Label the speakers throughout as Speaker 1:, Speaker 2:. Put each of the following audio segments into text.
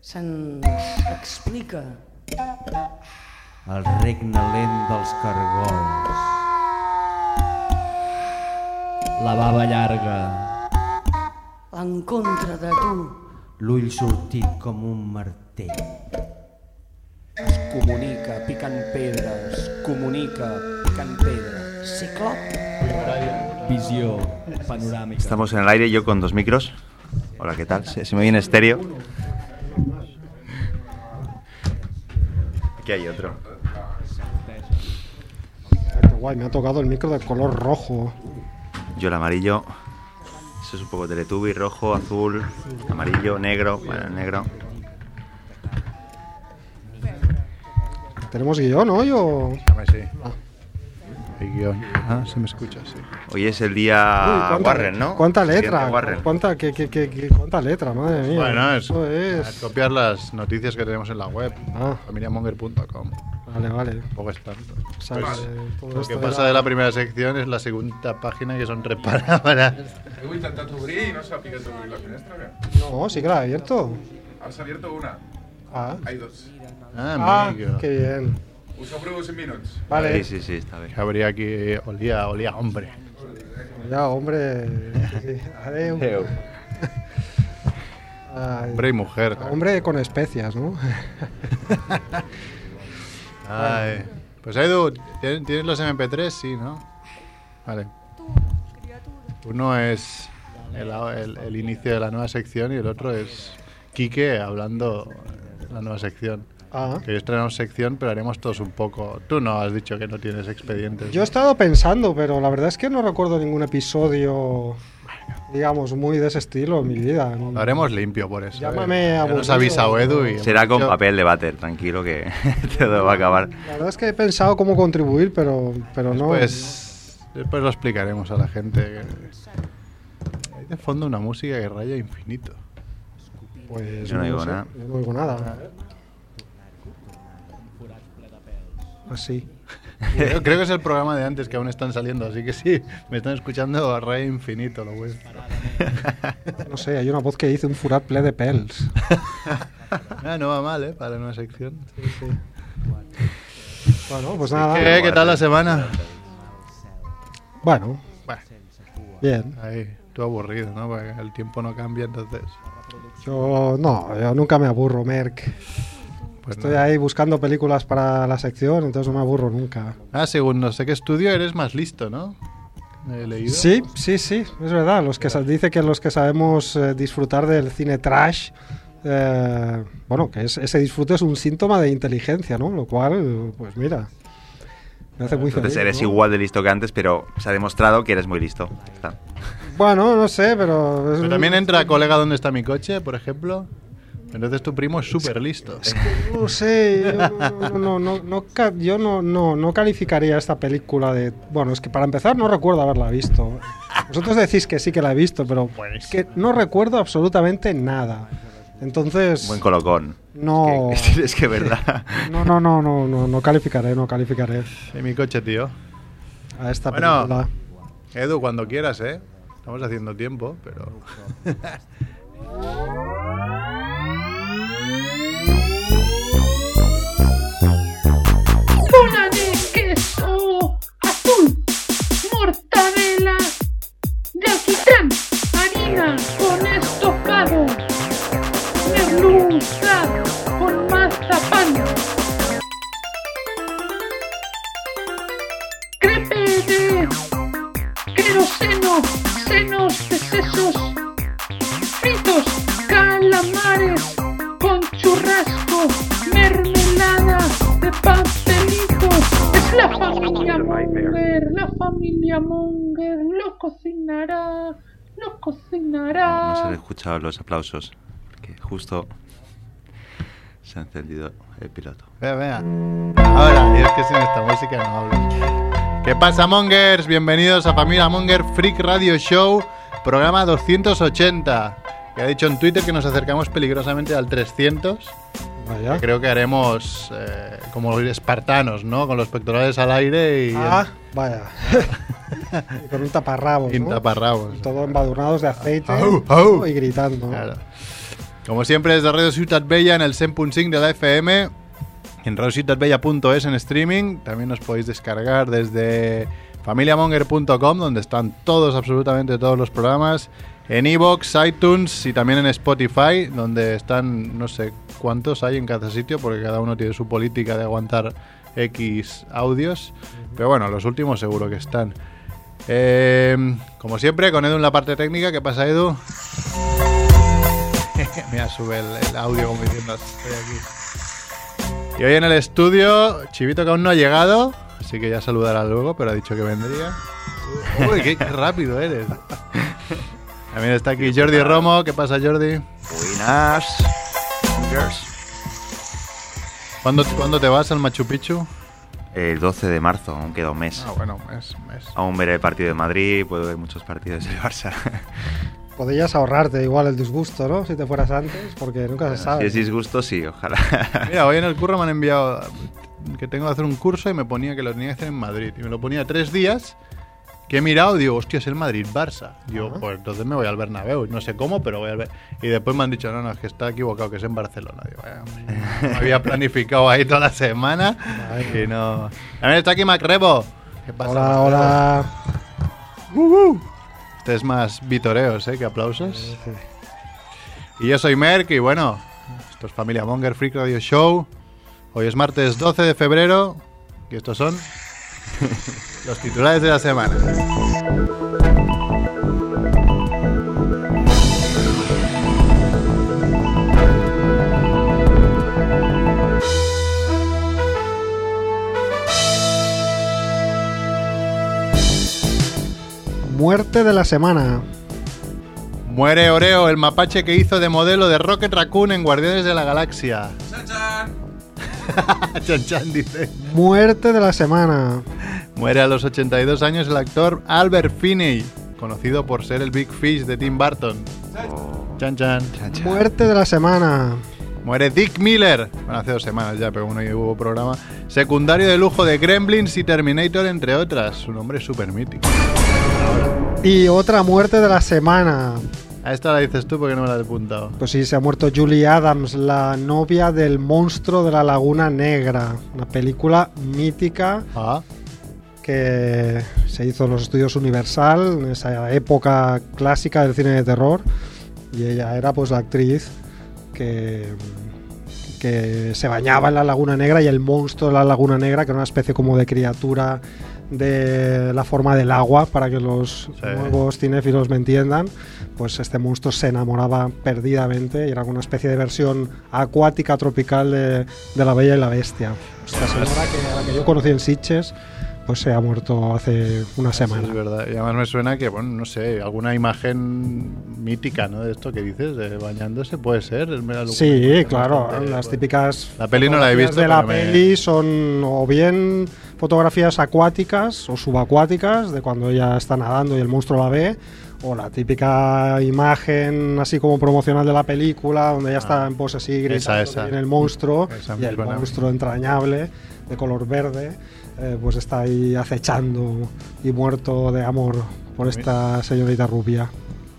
Speaker 1: se'ns explica.
Speaker 2: El regne lent dels cargols. La bava llarga,
Speaker 1: L'encontre de tu,
Speaker 2: l'ull sortit com un martell.
Speaker 3: Es comunica picant pedres, comunica picant pedres.
Speaker 1: ciclop,
Speaker 4: Visió panoràmica.
Speaker 5: Estamos en el aire, yo con dos micros. Hola, ¿qué tal? Se, se me oye en estéreo. Aquí hay otro.
Speaker 6: Qué guay, me ha tocado el micro de color rojo.
Speaker 5: Yo el amarillo. Eso es un poco teletubi, rojo, azul, amarillo, negro, bueno, negro.
Speaker 6: ¿Tenemos guión hoy o...?
Speaker 7: Dame, sí. El guión. Ah, se me escucha, sí.
Speaker 5: Hoy es el día Ah,
Speaker 6: Uy,
Speaker 5: Warren, ¿no?
Speaker 6: ¿Cuánta
Speaker 5: Siguiente
Speaker 6: letra?
Speaker 5: Warren.
Speaker 6: ¿Cuánta, qué- qué- qué- qué- cuánta letra? Madre mía.
Speaker 7: Bueno, es,
Speaker 6: Eso
Speaker 7: es
Speaker 6: es...
Speaker 7: copiar las noticias que tenemos en la web.
Speaker 6: Ah.
Speaker 7: Familiamonger.com.
Speaker 6: Vale, vale.
Speaker 7: Tampoco es tanto.
Speaker 6: O sea, que todo
Speaker 7: Lo
Speaker 6: esto
Speaker 7: que
Speaker 6: era-
Speaker 7: passa de la primera sección es la segunda página que son Ah, reparàmenes.
Speaker 8: Heu intentat obrir i no s'ha picat obrir la finestra, bé.
Speaker 6: No, sí que la he abierto.
Speaker 8: Has abierto una.
Speaker 6: Ah,
Speaker 8: Hay dos.
Speaker 7: Ah,
Speaker 6: ah
Speaker 7: amigo.
Speaker 6: qué bien.
Speaker 8: Us obro 5 minuts.
Speaker 6: Vale.
Speaker 5: Sí, sí, sí, está bien.
Speaker 7: Habría aquí olía, olía hombre.
Speaker 6: Ya, hombre. Sí, sí. Adeu. Ay.
Speaker 7: Hombre y mujer.
Speaker 6: Hombre con especias, ¿no?
Speaker 7: Ay. Pues Edu, ¿tien- ¿tienes los MP3? Sí, ¿no? Vale. Uno es el, el- el inicio de la nueva sección y el otro es Quique hablando de la nueva sección.
Speaker 6: Ah.
Speaker 7: Que hoy estrenamos sección, pero haremos todos un poco. Tú no has dicho que no tienes expedientes.
Speaker 6: Yo he estado pensando, pero la verdad es que no recuerdo ningún episodio, digamos, muy de ese estilo en mi vida. No-
Speaker 5: Ah,
Speaker 7: Lo haremos limpio por eso. ¿eh?
Speaker 6: Llámame
Speaker 7: Ya
Speaker 6: aburrido,
Speaker 7: Nos ha avisado Edu y.
Speaker 5: Será
Speaker 7: hemos
Speaker 5: con
Speaker 7: dicho-
Speaker 5: papel de váter, tranquilo que todo va a acabar.
Speaker 6: La verdad es que he pensado cómo contribuir, pero, pero no.
Speaker 7: Después, pues, después lo explicaremos a la gente. Hay de fondo una música que raya infinito.
Speaker 6: Pues
Speaker 5: Yo no digo
Speaker 6: sé,
Speaker 5: nada.
Speaker 6: Yo no digo nada. Así.
Speaker 7: Creo, creo que es el programa de antes que aún están saliendo, así que sí, me están escuchando a raya infinito, lo bueno.
Speaker 6: No sé, hay una voz que dice un furat ple de pels.
Speaker 7: Ah, no va mal, ¿eh? Para una sección.
Speaker 6: Bueno, pues nada.
Speaker 7: ¿Qué, qué tal la semana?
Speaker 6: Bueno,
Speaker 7: Bueno,
Speaker 6: bien.
Speaker 7: ahí, tú aburrido, ¿no? Porque el tiempo no cambia, entonces.
Speaker 6: Yo no, yo nunca me aburro, Merck.
Speaker 7: Pues
Speaker 6: Estoy
Speaker 7: nada.
Speaker 6: ahí buscando películas para la sección, entonces no me aburro nunca.
Speaker 7: Ah, según no sé qué estudio, eres más listo, ¿no? He leído.
Speaker 6: Sí, sí, sí, es verdad. Los que sa- dice que los que sabemos eh, disfrutar del cine trash, eh, bueno, que es- ese disfrute es un síntoma de inteligencia, ¿no? Lo cual, pues mira, me hace muy feliz.
Speaker 5: Entonces eres
Speaker 6: ¿no?
Speaker 5: igual de listo que antes, pero se ha demostrado que eres muy listo. Ya Está.
Speaker 6: Bueno, no sé, pero, es-
Speaker 7: Pero también entra colega donde está mi coche, por ejemplo. Entonces tu primo es súper listo.
Speaker 6: no sé. Yo no, no, no, no ca- yo no, no- no calificaría esta película de. Bueno, es que para empezar no recuerdo haberla visto. Vosotros decís que sí que la he visto, pero
Speaker 7: Pues
Speaker 6: es que no recuerdo absolutamente nada. Entonces.
Speaker 5: Buen colocón.
Speaker 6: No.
Speaker 5: Es que este es, que es verdad.
Speaker 6: No, no, no, no, no, no calificaré, no calificaré
Speaker 7: En mi coche, tío.
Speaker 6: a esta
Speaker 7: Bueno.
Speaker 6: película.
Speaker 7: Edu, cuando quieras, ¿eh? Estamos haciendo tiempo, pero...
Speaker 9: Bola de queso azul, mortadela de alquitrán, harina con estofado, merluza con mazapán, crepe de queroseno, senos de sesos, fritos, calamares con churrasco, mermelada de pastelito. Es la familia Monger, la familia Monger lo cocinará, lo
Speaker 5: No se han
Speaker 9: cocinará.
Speaker 5: escuchado los aplausos, porque justo se ha encendido el piloto.
Speaker 7: Vea, vea. Ahora, y es que sin esta música no hablo. ¿Qué pasa, Mongers? Bienvenidos a Familia Monger Freak Radio Show, programa 280. Que ha dicho en Twitter que nos acercamos peligrosamente al 300.
Speaker 6: Vaya.
Speaker 7: Creo que haremos eh, como espartanos, ¿no? Con los pectorales al aire y
Speaker 6: Ah, vaya. Y con un taparrabos.
Speaker 7: en
Speaker 6: ¿no?
Speaker 7: taparrabos.
Speaker 6: Todo embadurnados de aceite
Speaker 7: Au, au.
Speaker 6: ¿no? y gritando.
Speaker 7: Claro. Como siempre, desde Radio Ciutat Bella en el 100.5 de la FM, en radiociutatbella.es en streaming. También nos podéis descargar desde familiamonger.com, donde están todos, absolutamente todos los programas. En iBox, iTunes y también en Spotify, donde están no sé cuántos hay en cada sitio, porque cada uno tiene su política de aguantar X audios. Pero bueno, los últimos seguro que están. Eh, como siempre, con Edu en la parte técnica. ¿Qué pasa, Edu? Mira, sube el, el audio como diciendo, estoy aquí. Y hoy en el estudio, Chivito que aún no ha llegado, así que ya saludará luego, pero ha dicho que vendría. Uy, qué, qué rápido eres. También está aquí Jordi Romo. ¿Qué pasa, Jordi?
Speaker 2: Buenas. Girls.
Speaker 7: ¿Cuándo, cuándo te vas al Machu Picchu?
Speaker 2: El 12 de marzo, aún queda un mes.
Speaker 7: Ah, bueno, es... es.
Speaker 2: Aún veré el partido de Madrid, puedo ver muchos partidos del Barça.
Speaker 6: Podrías ahorrarte igual el disgusto, ¿no? Si te fueras antes, porque nunca
Speaker 5: Ah,
Speaker 6: se
Speaker 2: Si
Speaker 6: sabe.
Speaker 2: es disgusto, sí, ojalá.
Speaker 7: Mira, hoy en el curro me han enviado que tengo que hacer un curso y me ponía que lo tenía que hacer en Madrid. Y me lo ponía tres días que he mirado y digo, hostia, es el Madrid-Barça. Digo, pues entonces me voy al Bernabéu. No sé cómo, pero voy al Ber- Y después me han dicho, no, no, es que está equivocado, que es en Barcelona. Digo, "Vaya, hombre, me había planificado ahí toda la semana y no... También está aquí Macrebo. ¿Qué pasa,
Speaker 6: Hola,
Speaker 7: Macrebo?
Speaker 6: hola.
Speaker 7: Este es más vitoreos, ¿eh? Que aplausos. Y yo soy Merck y bueno, esto es Familia Monger Freak Radio Show. Hoy es martes 12 de febrero y estos son los titulares de la semana.
Speaker 6: Muerte de la semana.
Speaker 7: Muere Oreo, el mapache que hizo de modelo de Rocket Raccoon en Guardianes de la Galaxia. Chan Chan dice.
Speaker 6: Muerte de la semana.
Speaker 7: Muere a los 82 años el actor Albert Finney, conocido por ser el Big Fish de Tim Burton. Chan Chan.
Speaker 6: Muerte de la semana.
Speaker 7: Muere Dick Miller. Bueno, hace dos semanas ya, pero bueno, y hubo programa. Secundario de lujo de Gremlins y Terminator, entre otras. Un hombre súper mítico.
Speaker 6: Y otra muerte de la semana.
Speaker 7: A esta la dices tú porque no me la has apuntado.
Speaker 6: Pues sí, se ha muerto Julie Adams, la novia del monstruo de la Laguna Negra. Una película mítica
Speaker 7: Ah,
Speaker 6: que se hizo en los estudios Universal, en esa época clásica del cine de terror. Y ella era pues la actriz que, que se bañaba en la Laguna Negra y el monstruo de la Laguna Negra, que era una especie como de criatura de la forma del agua, para que los
Speaker 7: Sí.
Speaker 6: nuevos cinéfilos me entiendan, pues este monstruo se enamoraba perdidamente y era una especie de versión acuática tropical de, de la Bella y la Bestia. Esta señora que, a la que yo conocí en Sitges, pues se ha muerto hace una
Speaker 7: sí, es
Speaker 6: semana.
Speaker 7: verdad. Y además me suena que, bueno, no sé, alguna imagen mítica, ¿no? De esto que dices, de bañándose, puede ser. Es mera locura.
Speaker 6: Sí, claro,
Speaker 7: Bastante,
Speaker 6: las
Speaker 7: bueno.
Speaker 6: típicas
Speaker 7: La peli no la he
Speaker 6: fotografías
Speaker 7: visto,
Speaker 6: de la
Speaker 7: pero me-
Speaker 6: peli son o bien fotografías acuáticas o subacuáticas de cuando ella está nadando y el monstruo la ve o la típica imagen así como promocional de la película donde ella está en pose así
Speaker 7: Ah, Esa,
Speaker 6: gritando
Speaker 7: esa.
Speaker 6: que viene el monstruo
Speaker 7: Esa
Speaker 6: y el
Speaker 7: misma.
Speaker 6: monstruo entrañable de color verde eh, pues está ahí acechando y muerto de amor por esta señorita rubia.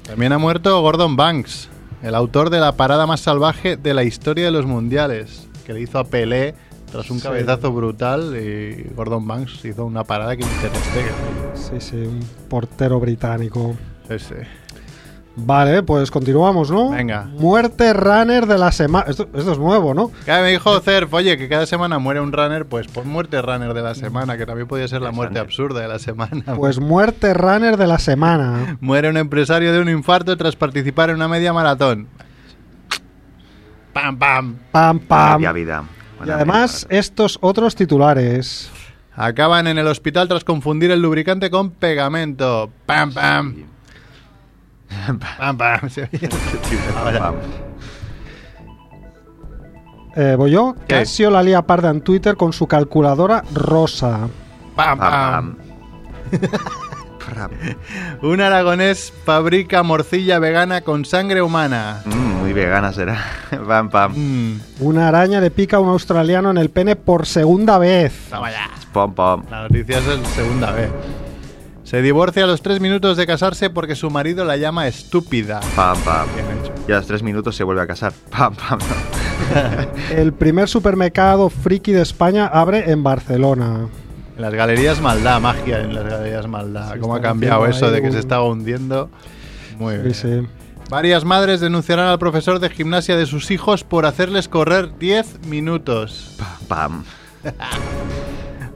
Speaker 7: También ha muerto Gordon Banks, el autor de la parada más salvaje de la historia de los mundiales, que le hizo a Pelé tras un
Speaker 6: Sí.
Speaker 7: cabezazo brutal y Gordon Banks hizo una parada que interrumpe.
Speaker 6: Sí, sí, un portero británico.
Speaker 7: Ese.
Speaker 6: Vale, pues continuamos, ¿no?
Speaker 7: Venga.
Speaker 6: Muerte runner de la semana. Esto, esto es nuevo, ¿no?
Speaker 7: Cada- me dijo Cerf, oye, que cada semana muere un runner, pues pon muerte runner de la semana, que también podía ser la muerte absurda de la semana.
Speaker 6: Pues muerte runner de la semana.
Speaker 7: Muere un empresario de un infarto tras participar en una media maratón. Pam, pam.
Speaker 6: Pam, pam.
Speaker 2: Media vida.
Speaker 6: Y
Speaker 2: Buena
Speaker 6: además,
Speaker 2: media vida.
Speaker 6: estos otros titulares.
Speaker 7: Acaban en el hospital tras confundir el lubricante con pegamento. Pam, pam. Pam, pam. Se oye. Ahora.
Speaker 6: Eh, voy yo.
Speaker 7: ¿Qué?
Speaker 6: Casio la lía parda en Twitter con su calculadora rosa.
Speaker 2: Pam,
Speaker 7: Pam, pam.
Speaker 2: pam.
Speaker 7: Un aragonés fabrica morcilla vegana con sangre humana.
Speaker 2: Mm, muy vegana será. Pam, pam.
Speaker 7: Mm.
Speaker 6: Una araña le pica a un australiano en el pene por segunda vez.
Speaker 7: Ah. Toma ya.
Speaker 2: Pom, pom.
Speaker 7: La noticia es el segunda vez. Se divorcia a los tres minutos de casarse porque su marido la llama estúpida.
Speaker 2: Pam, pam.
Speaker 7: Bien hecho.
Speaker 2: Y a los tres minutos se vuelve a casar. Pam, pam.
Speaker 6: El primer supermercado friki de España abre en Barcelona.
Speaker 7: En las galerías maldad, magia en las galerías maldad.
Speaker 6: Sí,
Speaker 7: ¿Cómo ha
Speaker 6: está
Speaker 7: cambiado
Speaker 6: haciendo
Speaker 7: eso
Speaker 6: ahí
Speaker 7: de que
Speaker 6: un-
Speaker 7: se estaba hundiendo? Muy bien.
Speaker 6: Sí, sí.
Speaker 7: Varias madres denunciarán al profesor de gimnasia de sus hijos por hacerles correr 10 minutos.
Speaker 2: Pam.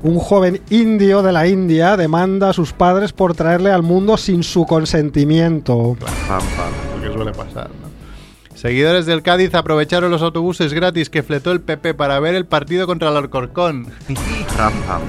Speaker 6: Un joven indio de la India demanda a sus padres por traerle al mundo sin su consentimiento.
Speaker 2: Pam, pam.
Speaker 7: Lo que suele pasar, ¿no? Seguidores del Cádiz aprovecharon los autobuses gratis que fletó el PP para ver el partido contra el Alcorcón.
Speaker 2: Pam, pam.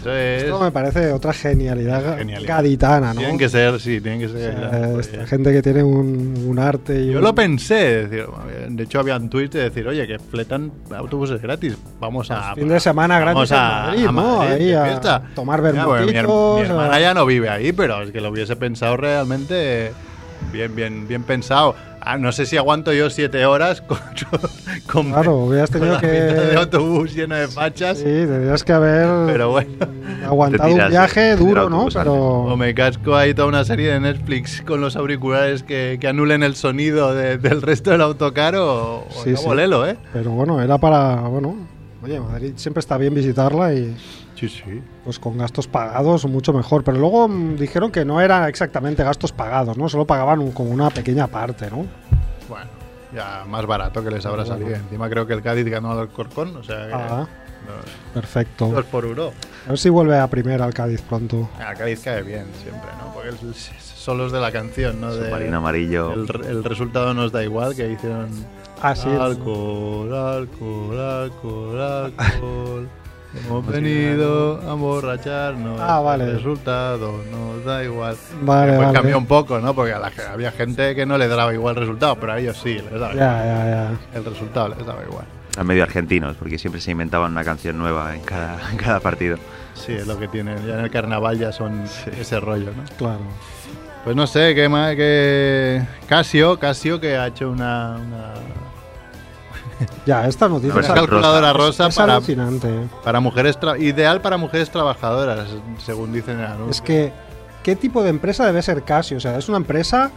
Speaker 7: Eso es...
Speaker 6: Esto me parece otra genialidad,
Speaker 7: Genialidad.
Speaker 6: gaditana, ¿no?
Speaker 7: Tienen que ser, sí, tienen que ser.
Speaker 6: O
Speaker 7: ya,
Speaker 6: sea,
Speaker 7: pues,
Speaker 6: esta gente que tiene un, un arte. y
Speaker 7: Yo
Speaker 6: un-
Speaker 7: lo pensé, decir, de hecho había un tuit de decir, oye, que fletan autobuses gratis, vamos a...
Speaker 6: Fin de semana gratis en Madrid, ¿no? Ahí
Speaker 7: de
Speaker 6: a
Speaker 7: fiesta.
Speaker 6: tomar
Speaker 7: Mira, bueno, mi her- mi,
Speaker 6: vermutitos,
Speaker 7: hermana
Speaker 6: a-
Speaker 7: ya no vive ahí, pero es que lo hubiese pensado realmente bien, bien, bien pensado. Ah, no sé si aguanto yo siete horas con... con
Speaker 6: Claro, hubieras
Speaker 7: con
Speaker 6: tenido
Speaker 7: la
Speaker 6: que-
Speaker 7: mitad de autobús lleno de fachas,
Speaker 6: Sí, tendrías que haber
Speaker 7: pero bueno...
Speaker 6: aguantado
Speaker 2: Te
Speaker 6: un
Speaker 2: tiras
Speaker 6: viaje
Speaker 2: del
Speaker 6: duro, ¿no?
Speaker 2: autobús al-
Speaker 7: O
Speaker 6: Pero
Speaker 7: me casco ahí toda una serie de Netflix con los auriculares que, que anulen el sonido de- del resto del autocar o, o
Speaker 6: Sí,
Speaker 7: acabo
Speaker 6: sí.
Speaker 7: lelo, ¿eh?
Speaker 6: Pero bueno, era para, bueno, oye, Madrid siempre está bien visitarla y
Speaker 7: Sí, sí.
Speaker 6: pues con gastos pagados mucho mejor. Pero luego mm, dijeron que no eran exactamente gastos pagados, ¿no? Solo pagaban un- como una pequeña parte, ¿no?
Speaker 7: Bueno, ya más barato que les habrá
Speaker 6: Bueno.
Speaker 7: salido. Encima creo que el Cádiz ganó al Alcorcón, o sea que...
Speaker 6: Ah,
Speaker 7: no,
Speaker 6: perfecto.
Speaker 7: dos por uno.
Speaker 6: A ver si vuelve a primera al Cádiz pronto.
Speaker 7: Al Cádiz cae bien siempre, ¿no? Porque el- son los de la canción, ¿no? De-
Speaker 2: Submarino amarillo.
Speaker 7: el, re- el resultado nos da igual que hicieron...
Speaker 6: Ah, sí.
Speaker 7: Alcohol, alcohol, alcohol, alcohol. Hemos venido a emborracharnos.
Speaker 6: Ah, vale.
Speaker 7: El resultado nos da igual.
Speaker 6: Vale,
Speaker 7: Después
Speaker 6: vale.
Speaker 7: cambió un poco, ¿no? Porque a la ge- había gente que no le daba igual el resultado, pero a ellos sí les
Speaker 6: Ya,
Speaker 7: daba igual.
Speaker 6: ya, ya.
Speaker 7: El resultado les daba igual.
Speaker 2: A medio argentinos, porque siempre se inventaban una canción nueva en cada, en cada partido.
Speaker 7: Sí, es lo que tienen. Ya en el carnaval ya son ese rollo, ¿no?
Speaker 6: Claro.
Speaker 7: Pues no sé, qué más que Casio, Casio que ha hecho una, una,
Speaker 6: Ya, esta noticia
Speaker 2: Pero
Speaker 7: una
Speaker 2: es
Speaker 6: es,
Speaker 2: rosa.
Speaker 7: calculadora rosa,
Speaker 6: es
Speaker 7: para,
Speaker 6: alucinante.
Speaker 7: para mujeres tra- ideal para mujeres trabajadoras, según dicen en el anuncio.
Speaker 6: Es que, ¿qué tipo de empresa debe ser Casio? O sea, es una empresa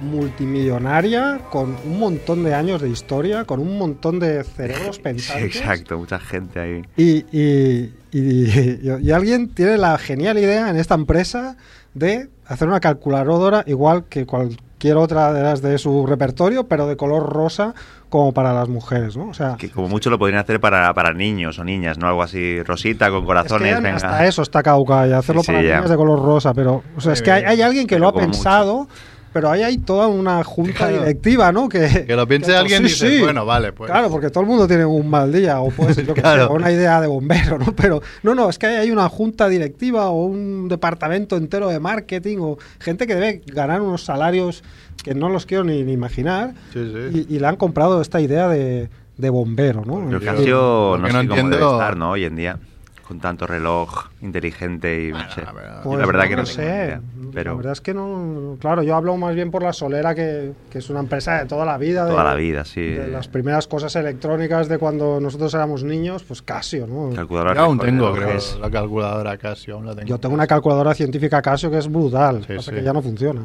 Speaker 6: multimillonaria con un montón de años de historia, con un montón de cerebros
Speaker 2: Sí,
Speaker 6: pensantes.
Speaker 2: exacto, mucha gente ahí.
Speaker 6: Y, y- y- y- y alguien tiene la genial idea en esta empresa de hacer una calculadora igual que cualquier otra de las de su repertorio, pero de color rosa como para las mujeres, ¿no? O sea,
Speaker 2: Que como mucho lo podrían hacer para, para niños o niñas, ¿no? Algo así, rosita, con
Speaker 6: es que
Speaker 2: corazones,
Speaker 6: ya
Speaker 2: venga.
Speaker 6: hasta eso está cauca, y hacerlo
Speaker 2: Sí,
Speaker 6: para
Speaker 2: sí, ya.
Speaker 6: niñas de color rosa, pero o sea, es que hay, hay alguien que
Speaker 2: Pero
Speaker 6: lo ha
Speaker 2: como
Speaker 6: pensado, pero ahí hay toda una junta
Speaker 7: Claro.
Speaker 6: directiva, ¿no? Que,
Speaker 7: Que lo piense
Speaker 6: que-
Speaker 7: alguien y
Speaker 6: sí,
Speaker 7: dices,
Speaker 6: sí.
Speaker 7: bueno, vale, pues.
Speaker 6: Claro, porque todo el mundo tiene un mal día o puede ser yo que sé,
Speaker 7: Claro.
Speaker 6: o una idea de bombero, ¿no? Pero no, no, es que hay una junta directiva o un departamento entero de marketing o gente que debe ganar unos salarios que no los quiero ni, ni imaginar
Speaker 7: Sí, sí.
Speaker 6: y, y le han comprado esta idea de, de bombero, ¿no?
Speaker 2: Pero
Speaker 6: Sí.
Speaker 2: Casio
Speaker 7: Lo
Speaker 2: no,
Speaker 7: que
Speaker 2: sé
Speaker 7: no
Speaker 2: cómo
Speaker 7: entiendo-
Speaker 2: debe estar, ¿no? Hoy en día, con tanto reloj inteligente y... no sé.
Speaker 7: a ver, a ver.
Speaker 2: Yo la verdad que no, tengo ni
Speaker 6: Pues sé.
Speaker 2: idea, pero
Speaker 6: La verdad es que no. Claro, yo hablo más bien por la Solera, que, que es una empresa de toda la vida. de-
Speaker 2: toda la vida, sí. eh,
Speaker 6: De las primeras cosas electrónicas de cuando nosotros éramos niños, pues Casio, ¿no?
Speaker 2: Calculadora
Speaker 7: Yo aún
Speaker 2: con
Speaker 7: tengo, creo,
Speaker 2: relojes.
Speaker 7: la calculadora Casio, aún la tengo.
Speaker 6: Yo tengo una calculadora científica Casio que es brutal,
Speaker 7: Sí,
Speaker 6: pasa
Speaker 7: sí.
Speaker 6: que ya no funciona.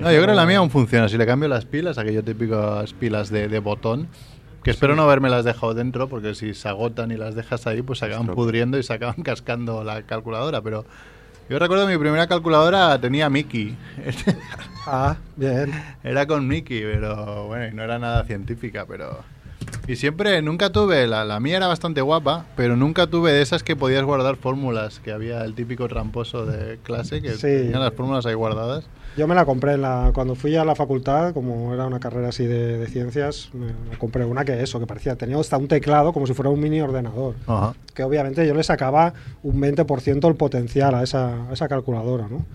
Speaker 7: No, yo creo que la mía aún funciona. Si le cambio las pilas, aquello típicas pilas de, de botón, que espero no haberme las dejado dentro, porque si se agotan y las dejas ahí, pues se acaban
Speaker 2: Estrope-
Speaker 7: pudriendo y se acaban cascando la calculadora. Pero yo recuerdo mi primera calculadora tenía Mickey.
Speaker 6: Ah, bien.
Speaker 7: Era con Mickey, pero bueno, y no era nada científica, pero... Y siempre, nunca tuve, la, la mía era bastante guapa, pero nunca tuve de esas que podías guardar fórmulas, que había el típico tramposo de clase que
Speaker 6: Sí.
Speaker 7: tenía las fórmulas ahí guardadas.
Speaker 6: Yo me la compré en la, cuando fui a la facultad, como era una carrera así de, de ciencias, me, me compré una que eso, que parecía, tenía hasta un teclado como si fuera un mini ordenador.
Speaker 7: Ajá.
Speaker 6: Que obviamente yo le sacaba un 20% el potencial a esa, a esa calculadora, ¿no?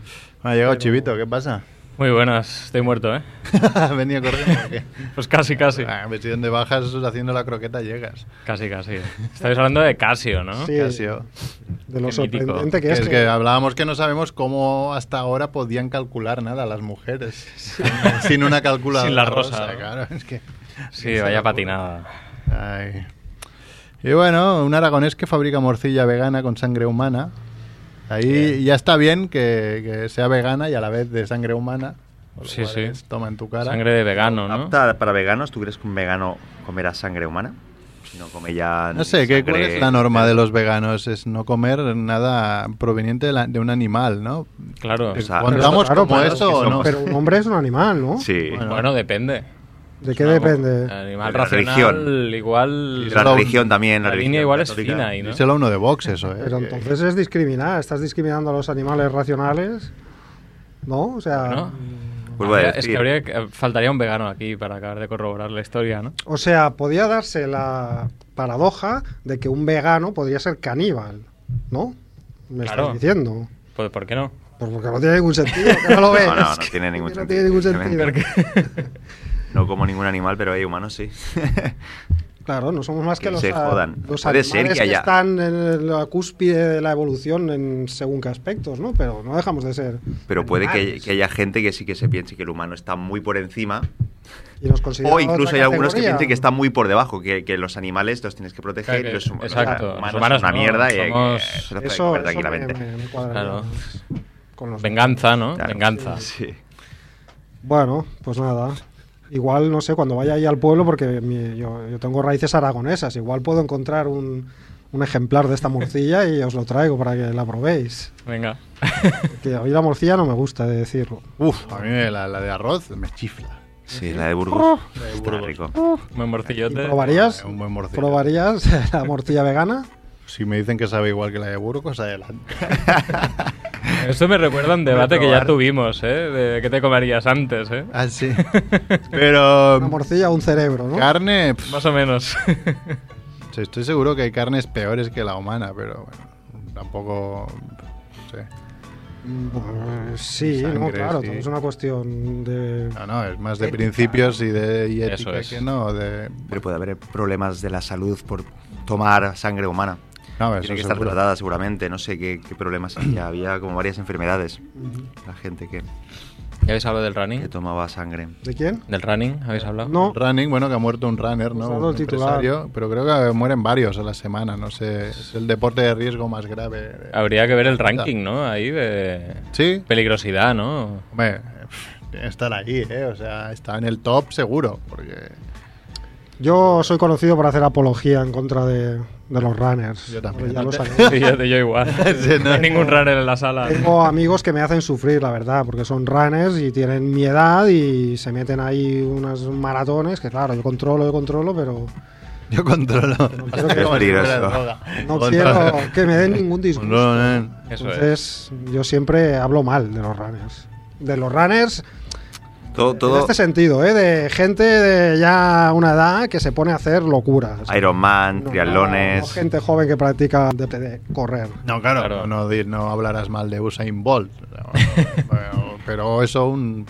Speaker 7: Ha llegado Chivito, ¿qué pasa?
Speaker 8: Muy buenas, estoy muerto, ¿eh?
Speaker 7: ¿Has venido corriendo o qué?
Speaker 8: Pues casi, casi.
Speaker 7: Ah, pues si donde bajas haciendo la croqueta llegas.
Speaker 8: Casi, casi. Estabais hablando de Casio, ¿no?
Speaker 6: Sí,
Speaker 7: Casio.
Speaker 6: de lo
Speaker 8: Qué mítico.
Speaker 6: sorprendente que
Speaker 7: Que
Speaker 6: es.
Speaker 7: es
Speaker 6: que-
Speaker 7: que hablábamos que no sabemos cómo hasta ahora podían calcular nada las mujeres. Sin una calculadora.
Speaker 8: Sin la rosa, ¿no?
Speaker 7: claro, es que...
Speaker 8: Sí, vaya patinada.
Speaker 7: Ay. Y bueno, un aragonés que fabrica morcilla vegana con sangre humana. Ahí ya está bien que, que sea vegana y a la vez de sangre humana. por lo
Speaker 8: Sí,
Speaker 7: cual
Speaker 8: sí.
Speaker 7: es Toma en tu cara.
Speaker 8: Sangre de vegano, ¿no?
Speaker 5: ¿Apta para veganos? ¿Tú crees que un vegano comerá sangre humana? Si no come ya.
Speaker 7: No sé, ¿qué, ¿cuál
Speaker 5: sangre-
Speaker 7: es la norma de los veganos? Es no comer nada proveniente de, la- de un animal, ¿no?
Speaker 8: Claro.
Speaker 5: O sea,
Speaker 7: ¿Contamos
Speaker 6: Claro,
Speaker 7: como
Speaker 6: Ah, pero-
Speaker 7: eso o no?
Speaker 6: Pero un hombre es un animal, ¿no?
Speaker 5: Sí.
Speaker 7: Bueno,
Speaker 8: Bueno, depende.
Speaker 6: ¿De qué depende?
Speaker 8: El Animal
Speaker 5: La
Speaker 8: racional,
Speaker 5: religión.
Speaker 8: igual.
Speaker 5: Y la religión también. La,
Speaker 8: la
Speaker 5: religión
Speaker 8: línea igual es
Speaker 5: católica.
Speaker 8: fina ahí, ¿no?
Speaker 7: Díselo a uno de box eso, ¿eh?
Speaker 6: Pero entonces es discriminar, estás discriminando a los animales racionales, ¿no? O sea,
Speaker 8: ¿no?
Speaker 5: Vuelvo Pues a
Speaker 8: Habría- es
Speaker 5: decir.
Speaker 8: que habría, que- faltaría un vegano aquí para acabar de corroborar la historia, ¿no?
Speaker 6: o sea, podía darse la paradoja de que un vegano podría ser caníbal, ¿no? Me
Speaker 8: Claro.
Speaker 6: estás diciendo.
Speaker 8: Pues, ¿por qué no?
Speaker 6: Pues porque no tiene ningún sentido, que no lo ves.
Speaker 5: No, no, no tiene ningún
Speaker 6: No
Speaker 5: sentido.
Speaker 6: tiene ningún sentido.
Speaker 5: No como ningún animal, pero hay humanos sí.
Speaker 6: Claro, no somos más que,
Speaker 5: Que
Speaker 6: los,
Speaker 5: se
Speaker 6: a-
Speaker 5: jodan.
Speaker 6: los
Speaker 5: Puede ser
Speaker 6: animales
Speaker 5: que haya-
Speaker 6: están en la cúspide de la evolución en según qué aspectos, ¿no? Pero no dejamos de ser.
Speaker 5: Pero puede que,
Speaker 6: animales.
Speaker 5: que haya gente que sí que se piense que el humano está muy por encima.
Speaker 6: Y nos considera
Speaker 5: O incluso
Speaker 6: otra
Speaker 5: hay algunos que
Speaker 6: categoría.
Speaker 5: piensen que está muy por debajo, que, que los animales los tienes que proteger
Speaker 8: Claro que-
Speaker 5: y los humanos,
Speaker 8: exacto,
Speaker 5: los
Speaker 8: los
Speaker 5: humanos
Speaker 8: humanos
Speaker 5: son una
Speaker 8: no,
Speaker 5: mierda y hay que-
Speaker 8: somos-
Speaker 5: se los puede
Speaker 6: Eso,
Speaker 5: comer
Speaker 6: eso me,
Speaker 5: tranquilamente.
Speaker 6: me- me cuadraría
Speaker 8: Claro.
Speaker 6: más Con los
Speaker 8: Venganza, ¿no?
Speaker 5: Claro.
Speaker 8: Venganza.
Speaker 5: Sí.
Speaker 6: Bueno, pues nada. Igual, no sé, cuando vaya ahí al pueblo, porque mi- yo, yo tengo raíces aragonesas, igual puedo encontrar un, un ejemplar de esta morcilla y os lo traigo para que la probéis.
Speaker 8: Venga.
Speaker 6: Que a mí la morcilla no me gusta, de decirlo.
Speaker 7: Uf, a mí me- la, la de arroz me chifla.
Speaker 5: Sí, la de Burgos. Está rico.
Speaker 8: Un buen
Speaker 6: ¿Y
Speaker 8: morcillote.
Speaker 6: probarías?
Speaker 7: Un buen morcillo.
Speaker 6: ¿Probarías la morcilla vegana?
Speaker 7: Si me dicen que sabe igual que la de Burgos, adelante.
Speaker 8: Esto me recuerda a un debate que
Speaker 7: probar.
Speaker 8: ya tuvimos, ¿eh? De qué te comerías antes, ¿eh?
Speaker 7: Ah, sí. Pero
Speaker 6: Una morcilla o un cerebro, ¿no?
Speaker 7: carne, pf,
Speaker 8: Más o menos.
Speaker 7: sí, estoy seguro que hay carnes peores que la humana, pero bueno, tampoco... no sé.
Speaker 6: Pues sí, no,
Speaker 7: Sangre,
Speaker 6: claro,
Speaker 7: sí.
Speaker 6: todo es una cuestión de...
Speaker 7: No, no, es más de
Speaker 6: Ética.
Speaker 7: principios y de y
Speaker 8: Eso
Speaker 7: ética
Speaker 8: es.
Speaker 7: que no. De,
Speaker 5: Pero puede haber problemas de la salud por tomar sangre humana.
Speaker 7: no, Ah, eso
Speaker 5: Tiene que estar
Speaker 7: seguro.
Speaker 5: tratada seguramente. No sé qué, qué problemas había. Había como varias enfermedades. La gente que,
Speaker 8: ¿Ya habéis hablado del
Speaker 5: que
Speaker 8: running?
Speaker 5: tomaba sangre.
Speaker 6: ¿De quién?
Speaker 8: ¿Del running? ¿Habéis
Speaker 7: Ah,
Speaker 8: hablado?
Speaker 6: No,
Speaker 7: Running, bueno, que ha muerto un runner, ¿no?
Speaker 6: Pues dado
Speaker 7: Un
Speaker 6: el titular.
Speaker 7: empresario, pero creo que mueren varios a la semana, no sé. Es el deporte de riesgo más grave.
Speaker 5: Ah.
Speaker 8: Habría que ver el ranking, ¿no? Ahí de
Speaker 7: Sí,
Speaker 8: peligrosidad, ¿no?
Speaker 7: hombre, tiene que estar ahí, ¿eh? O sea, está en el top seguro, porque
Speaker 6: yo soy conocido por hacer apología en contra de, de los runners.
Speaker 7: Yo también.
Speaker 6: Ya lo sabéis.
Speaker 8: Sí, yo, yo igual. no hay ningún runner en la sala.
Speaker 6: Tengo amigos que me hacen sufrir, la verdad, porque son runners y tienen mi edad y se meten ahí unos maratones que, claro, yo controlo, yo controlo, pero
Speaker 7: yo controlo.
Speaker 6: quiero que-
Speaker 7: Como si fuera
Speaker 5: Peligroso.
Speaker 7: droga.
Speaker 6: no
Speaker 7: Controlo-
Speaker 6: quiero que me den ningún disgusto.
Speaker 7: Controlo, ¿eh?
Speaker 8: Eso es.
Speaker 6: Entonces, yo siempre hablo mal de los runners. De los runners,
Speaker 5: Todo,
Speaker 6: en
Speaker 5: todo
Speaker 6: este sentido, ¿eh? de gente de ya una edad que se pone a hacer locuras.
Speaker 5: Iron Man,
Speaker 6: No, no
Speaker 5: triatlones.
Speaker 6: gente joven que practica de, de correr.
Speaker 7: No, claro,
Speaker 8: Claro.
Speaker 7: No, di- no hablarás mal de Usain Bolt. No, pero- pero eso, un,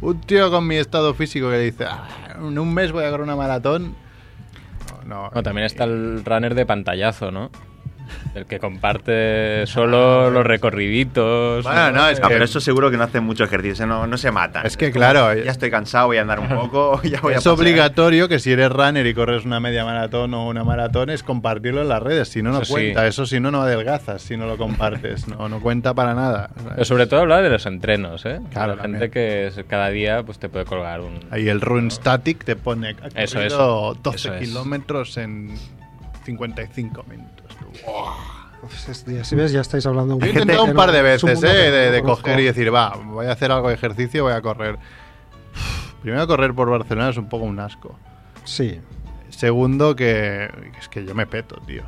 Speaker 7: un tío con mi estado físico que dice, "Ah, en un mes voy a correr una maratón. No, no,
Speaker 8: No, también está el runner de pantallazo, ¿no? El que comparte solo los recorriditos.
Speaker 7: Bueno, no, es
Speaker 5: No,
Speaker 7: que-
Speaker 8: Eh,
Speaker 5: pero eso seguro Ah, que no hacen mucho ejercicio, no, no se matan.
Speaker 7: Es que,
Speaker 5: como,
Speaker 7: claro, eh,
Speaker 5: Ya estoy cansado, voy a andar un poco, ya voy a
Speaker 7: es
Speaker 5: pasear.
Speaker 7: obligatorio que si eres runner y corres una media maratón o una maratón es compartirlo en las redes. Si no, no
Speaker 8: Eso sí.
Speaker 7: cuenta. Eso si no, no adelgazas si no lo compartes. No, no cuenta para nada.
Speaker 8: Pero sobre todo habla de los entrenos, ¿eh?
Speaker 7: Claro,
Speaker 8: la gente
Speaker 7: también.
Speaker 8: que es- cada día pues te puede colgar un...
Speaker 7: Ahí el run static te pone ha
Speaker 8: Eso,
Speaker 7: corrido
Speaker 8: eso.
Speaker 7: 12
Speaker 8: Eso es.
Speaker 7: kilómetros en 55 minutos.
Speaker 6: Pues es- ya- Si ves, ya estáis hablando un
Speaker 7: Yo he
Speaker 6: poco
Speaker 7: intentado
Speaker 6: que
Speaker 7: un
Speaker 6: no-
Speaker 7: par de
Speaker 6: es un
Speaker 7: veces,
Speaker 6: mundo
Speaker 7: ¿eh?
Speaker 6: que no
Speaker 7: De, de
Speaker 6: conozco.
Speaker 7: coger y decir, va, voy a hacer algo de ejercicio, voy a correr. Primero, correr por Barcelona es un poco un asco.
Speaker 6: Sí.
Speaker 7: Segundo, que es que yo me peto, tío.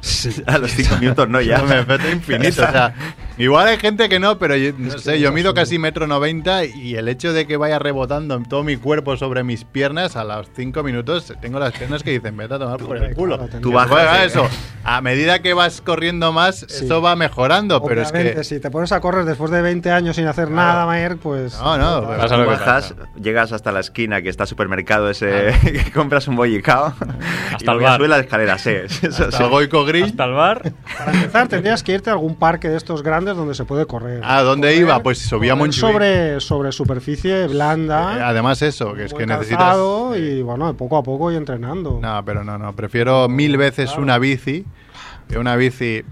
Speaker 5: A los cinco minutos no, ya.
Speaker 7: Yo me peto infinito. o sea, igual hay gente que no, pero yo, no sé, yo mido casi metro noventa y el hecho de que vaya rebotando en todo mi cuerpo sobre mis piernas a los cinco minutos, tengo las piernas que dicen, vete a tomar por el culo.
Speaker 6: Claro,
Speaker 5: Tú
Speaker 6: tendría-
Speaker 5: bajas,
Speaker 7: Bueno,
Speaker 5: eh.
Speaker 7: eso. A medida que vas corriendo más,
Speaker 6: Sí.
Speaker 7: eso va mejorando, pero es
Speaker 6: Obviamente,
Speaker 7: que...
Speaker 6: si te pones a correr después de 20 años sin hacer nada, Mayer, pues...
Speaker 7: No, no, pero-
Speaker 8: Pasa
Speaker 5: Tú
Speaker 8: lo que
Speaker 5: bajas,
Speaker 8: pasa.
Speaker 5: llegas hasta la esquina que está supermercado ese, que compras un bollicao. y luego
Speaker 8: el
Speaker 5: ya
Speaker 8: bar.
Speaker 5: Subes las escaleras, sí. Eso
Speaker 7: hasta
Speaker 5: sí.
Speaker 7: el Goico Grill.
Speaker 8: Hasta el bar.
Speaker 6: Para empezar, tendrías que irte a algún parque de estos grandes donde se puede correr.
Speaker 7: ¿A dónde
Speaker 6: Correr-
Speaker 7: iba? Pues subía a
Speaker 6: correr
Speaker 7: Montjuic.
Speaker 6: sobre, sobre superficie
Speaker 7: Eh,
Speaker 6: blanda,
Speaker 7: Además eso, que es
Speaker 6: muy
Speaker 7: que necesitas...
Speaker 6: calzado y bueno, poco a poco y entrenando.
Speaker 7: No, pero no, no. Prefiero mil veces una bici que una bici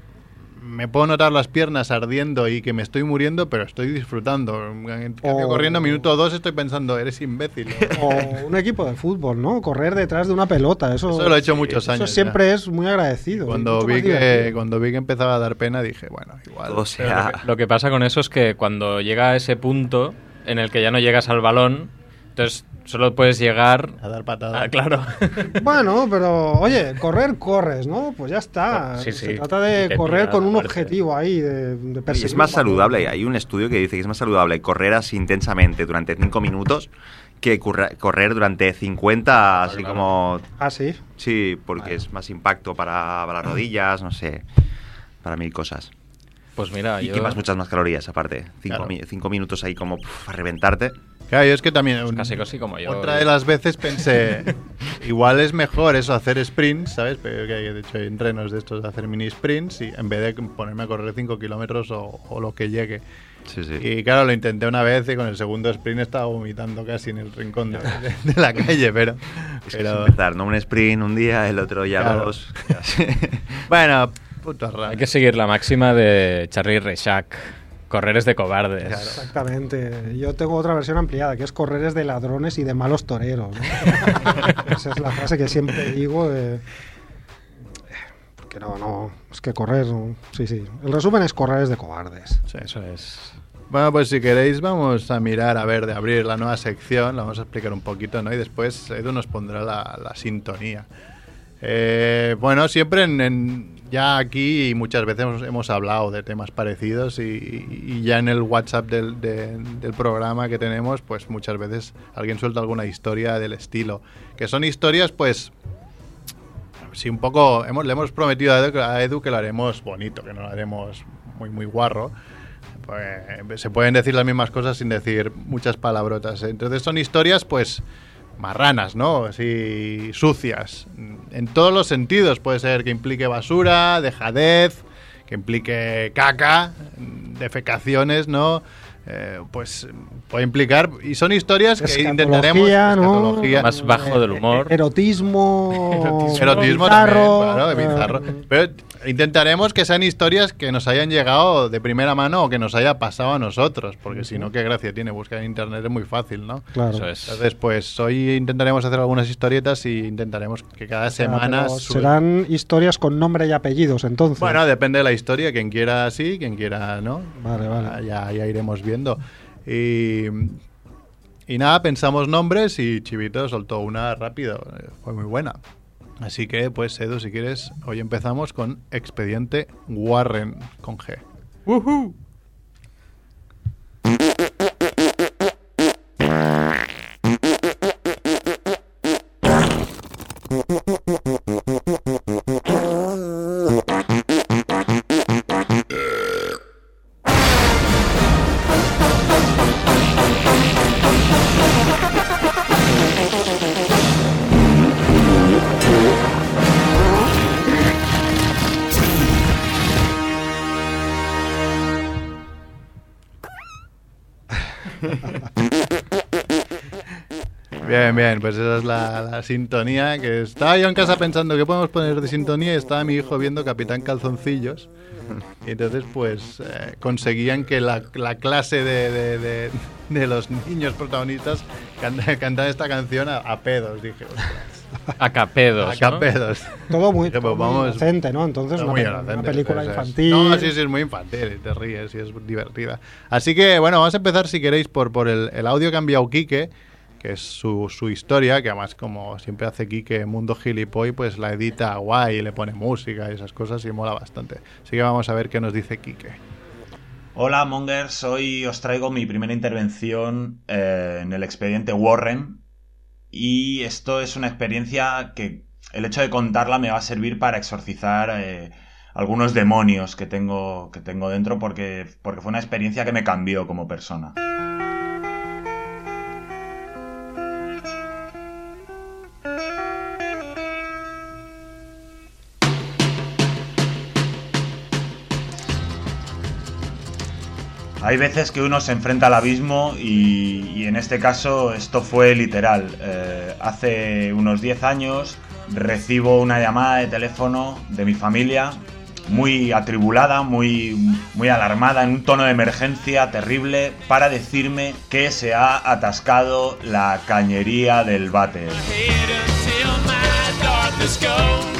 Speaker 7: me puedo notar las piernas ardiendo y que me estoy muriendo, pero estoy disfrutando. En cambio,
Speaker 6: Oh.
Speaker 7: corriendo minuto dos estoy pensando, eres imbécil.
Speaker 6: O un equipo de fútbol, ¿no? Correr detrás de una pelota. Eso,
Speaker 7: Eso lo he hecho muchos
Speaker 6: eso
Speaker 7: años. ya.
Speaker 6: siempre es muy agradecido.
Speaker 7: Cuando
Speaker 6: Mucho más
Speaker 7: vi, que,
Speaker 6: divertido.
Speaker 7: cuando vi que empezaba a dar pena dije, bueno, igual.
Speaker 2: O sea,
Speaker 8: Lo que pasa con eso es que cuando llega a ese punto en el que ya no llegas al balón, entonces solo puedes llegar.
Speaker 7: A dar patadas.
Speaker 8: Ah, claro.
Speaker 6: Bueno, pero oye, correr corres, ¿no? Pues ya está.
Speaker 8: Sí,
Speaker 6: Se
Speaker 8: sí.
Speaker 6: trata
Speaker 8: Y
Speaker 6: de
Speaker 8: te
Speaker 6: correr
Speaker 8: tiras
Speaker 6: con un
Speaker 8: aparte.
Speaker 6: objetivo ahí, de, de
Speaker 2: y
Speaker 6: perseguir
Speaker 2: es
Speaker 6: un
Speaker 2: más
Speaker 6: balón.
Speaker 2: saludable. Hay un estudio que dice que es más saludable correr así intensamente durante 5 minutos que curra- correr durante 50, así
Speaker 8: claro.
Speaker 2: como.
Speaker 6: Ah, sí.
Speaker 2: Sí, porque es más impacto para, para las rodillas, no sé, para mil cosas.
Speaker 8: Pues mira,
Speaker 2: Y
Speaker 8: yo.
Speaker 2: quemas muchas más calorías, aparte. Cinco,
Speaker 7: Ah, Claro.
Speaker 2: mi- cinco minutos ahí como puf, a reventarte.
Speaker 7: Claro, yo es que también. un-
Speaker 8: casi casi como yo.
Speaker 7: Otra de las veces pensé, igual es mejor eso, hacer sprints, ¿sabes? Pero que hay, de hecho, hay entrenos de estos de hacer mini sprints y en vez de ponerme a correr 5 kilómetros o, o lo que llegue.
Speaker 2: Sí, sí.
Speaker 7: Y claro, lo intenté una vez y con el segundo sprint estaba vomitando casi en el rincón de, de- de la calle, pero.
Speaker 2: es que es
Speaker 7: pero
Speaker 2: empezar, ¿no? Un sprint un día, el otro ya
Speaker 7: Claro.
Speaker 2: dos.
Speaker 7: bueno, puta rara.
Speaker 8: Hay que seguir la máxima de Charlie Rechac. Correr es de cobardes.
Speaker 6: Exactamente. Yo tengo otra versión ampliada, que es correr es de ladrones y de malos toreros. ¿no? Esa es la frase que siempre digo. eh, Porque no, no. Es que correr. no. Sí, sí. El resumen es correr es de cobardes.
Speaker 7: Sí.
Speaker 8: Eso es.
Speaker 7: Bueno, pues si queréis vamos a mirar, a ver, de abrir la nueva sección, la vamos a explicar un poquito, ¿no? Y después Edu nos pondrá la, la sintonía. Eh, bueno, siempre en, en- ya aquí y muchas veces hemos, hemos hablado de temas parecidos y, y- y ya en el WhatsApp del, de- del programa que tenemos, pues muchas veces alguien suelta alguna historia del estilo. Que son historias, pues, sí, un poco, hemos, le hemos prometido a Edu, a Edu que lo haremos bonito, que no lo haremos muy, muy guarro. Pues, se pueden decir las mismas cosas sin decir muchas palabrotas. ¿eh? Entonces son historias, pues, marranas, ¿no? Así sucias. En todos los sentidos. Puede ser que implique basura, dejadez, que implique caca, defecaciones, ¿no? Eh, pues puede implicar. Y son historias que
Speaker 6: Escatología,
Speaker 7: intentaremos.
Speaker 6: ¿no?
Speaker 7: escatología,
Speaker 8: Más bajo del humor.
Speaker 6: Erotismo.
Speaker 7: Erotismo
Speaker 6: bizarro,
Speaker 7: también,
Speaker 6: eh,
Speaker 7: claro, de bizarro. Pero intentaremos que sean historias que nos hayan llegado de primera mano o que nos haya pasado a nosotros, porque si no, qué gracia tiene. Buscar en internet es muy fácil, ¿no?
Speaker 6: Claro.
Speaker 8: Eso es.
Speaker 7: Entonces, pues hoy intentaremos hacer algunas historietas y intentaremos que cada
Speaker 6: Ah,
Speaker 7: semana...
Speaker 6: pero
Speaker 7: su-
Speaker 6: Serán historias con nombre y apellidos, entonces.
Speaker 7: Bueno, depende de la historia, quien quiera sí, quien quiera no.
Speaker 6: Vale, vale.
Speaker 7: Ah, Ya, ya iremos viendo. Y, y nada, pensamos nombres y Chivito soltó una rápido. eh, Fue muy buena. Así que, pues, Edu, si quieres, hoy empezamos con Expediente Warren con G. Bien, bien, pues esa es la, la sintonía que estaba yo en casa pensando que podemos poner de sintonía y estaba mi hijo viendo Capitán Calzoncillos. Y entonces, pues, eh, conseguían que la, la clase de, de- de- de los niños protagonistas canta- cantara esta canción a, a pedos, dije. ostras,
Speaker 8: A capedos.
Speaker 7: a
Speaker 8: ¿no?
Speaker 7: pedos.
Speaker 6: Todo muy,
Speaker 7: Dije,
Speaker 6: todo
Speaker 7: pues
Speaker 6: muy
Speaker 7: vamos,
Speaker 6: inocente, ¿no? Entonces,
Speaker 7: Está
Speaker 6: una,
Speaker 7: muy
Speaker 6: pe- una
Speaker 7: inocente,
Speaker 6: película
Speaker 7: eso es.
Speaker 6: infantil.
Speaker 7: No, sí, sí, es muy infantil, y te ríes y es divertida. Así que, bueno, vamos a empezar, si queréis, por, por el, el audio que ha enviado Quique, que es su, su historia, que además, como siempre hace Quique en Mundo Gilipoy, pues la edita guay, le pone música y esas cosas y mola bastante. Así que vamos a ver qué nos dice Quique.
Speaker 5: Hola Mongers, hoy os traigo mi primera intervención eh, en el expediente Warren y esto es una experiencia que el hecho de contarla me va a servir para exorcizar eh, algunos demonios que tengo, que tengo dentro porque, porque fue una experiencia que me cambió como persona. Hay veces que uno se enfrenta al abismo y, y en este caso esto fue literal. Eh, hace unos 10 años recibo una llamada de teléfono de mi familia muy atribulada, muy, muy alarmada, en un tono de emergencia terrible, para decirme que se ha atascado la cañería del váter.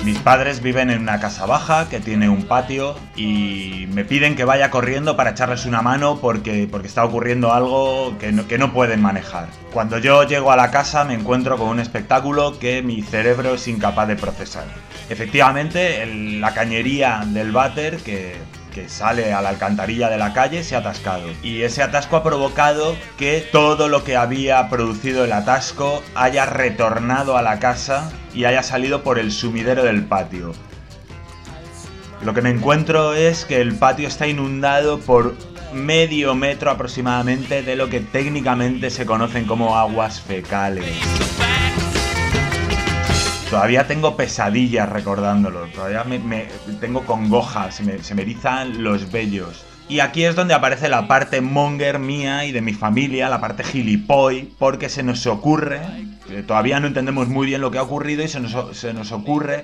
Speaker 5: Mis padres viven en una casa baja que tiene un patio y me piden que vaya corriendo para echarles una mano porque, porque está ocurriendo algo que no, que no pueden manejar. Cuando yo llego a la casa me encuentro con un espectáculo que mi cerebro es incapaz de procesar. Efectivamente, el- la cañería del váter que, que sale a la alcantarilla de la calle se ha atascado. Y ese atasco ha provocado que todo lo que había producido el atasco haya retornado a la casa y haya salido por el sumidero del patio. Lo que me encuentro es que el patio está inundado por medio metro aproximadamente de lo que técnicamente se conocen como aguas fecales. Todavía tengo pesadillas recordándolo, todavía me, me- tengo congojas, se me, se me erizan los vellos. Y aquí es donde aparece la parte monger mía y de mi familia, la parte gilipoy, porque se nos ocurre, eh, todavía no entendemos muy bien lo que ha ocurrido y se nos, o- se nos ocurre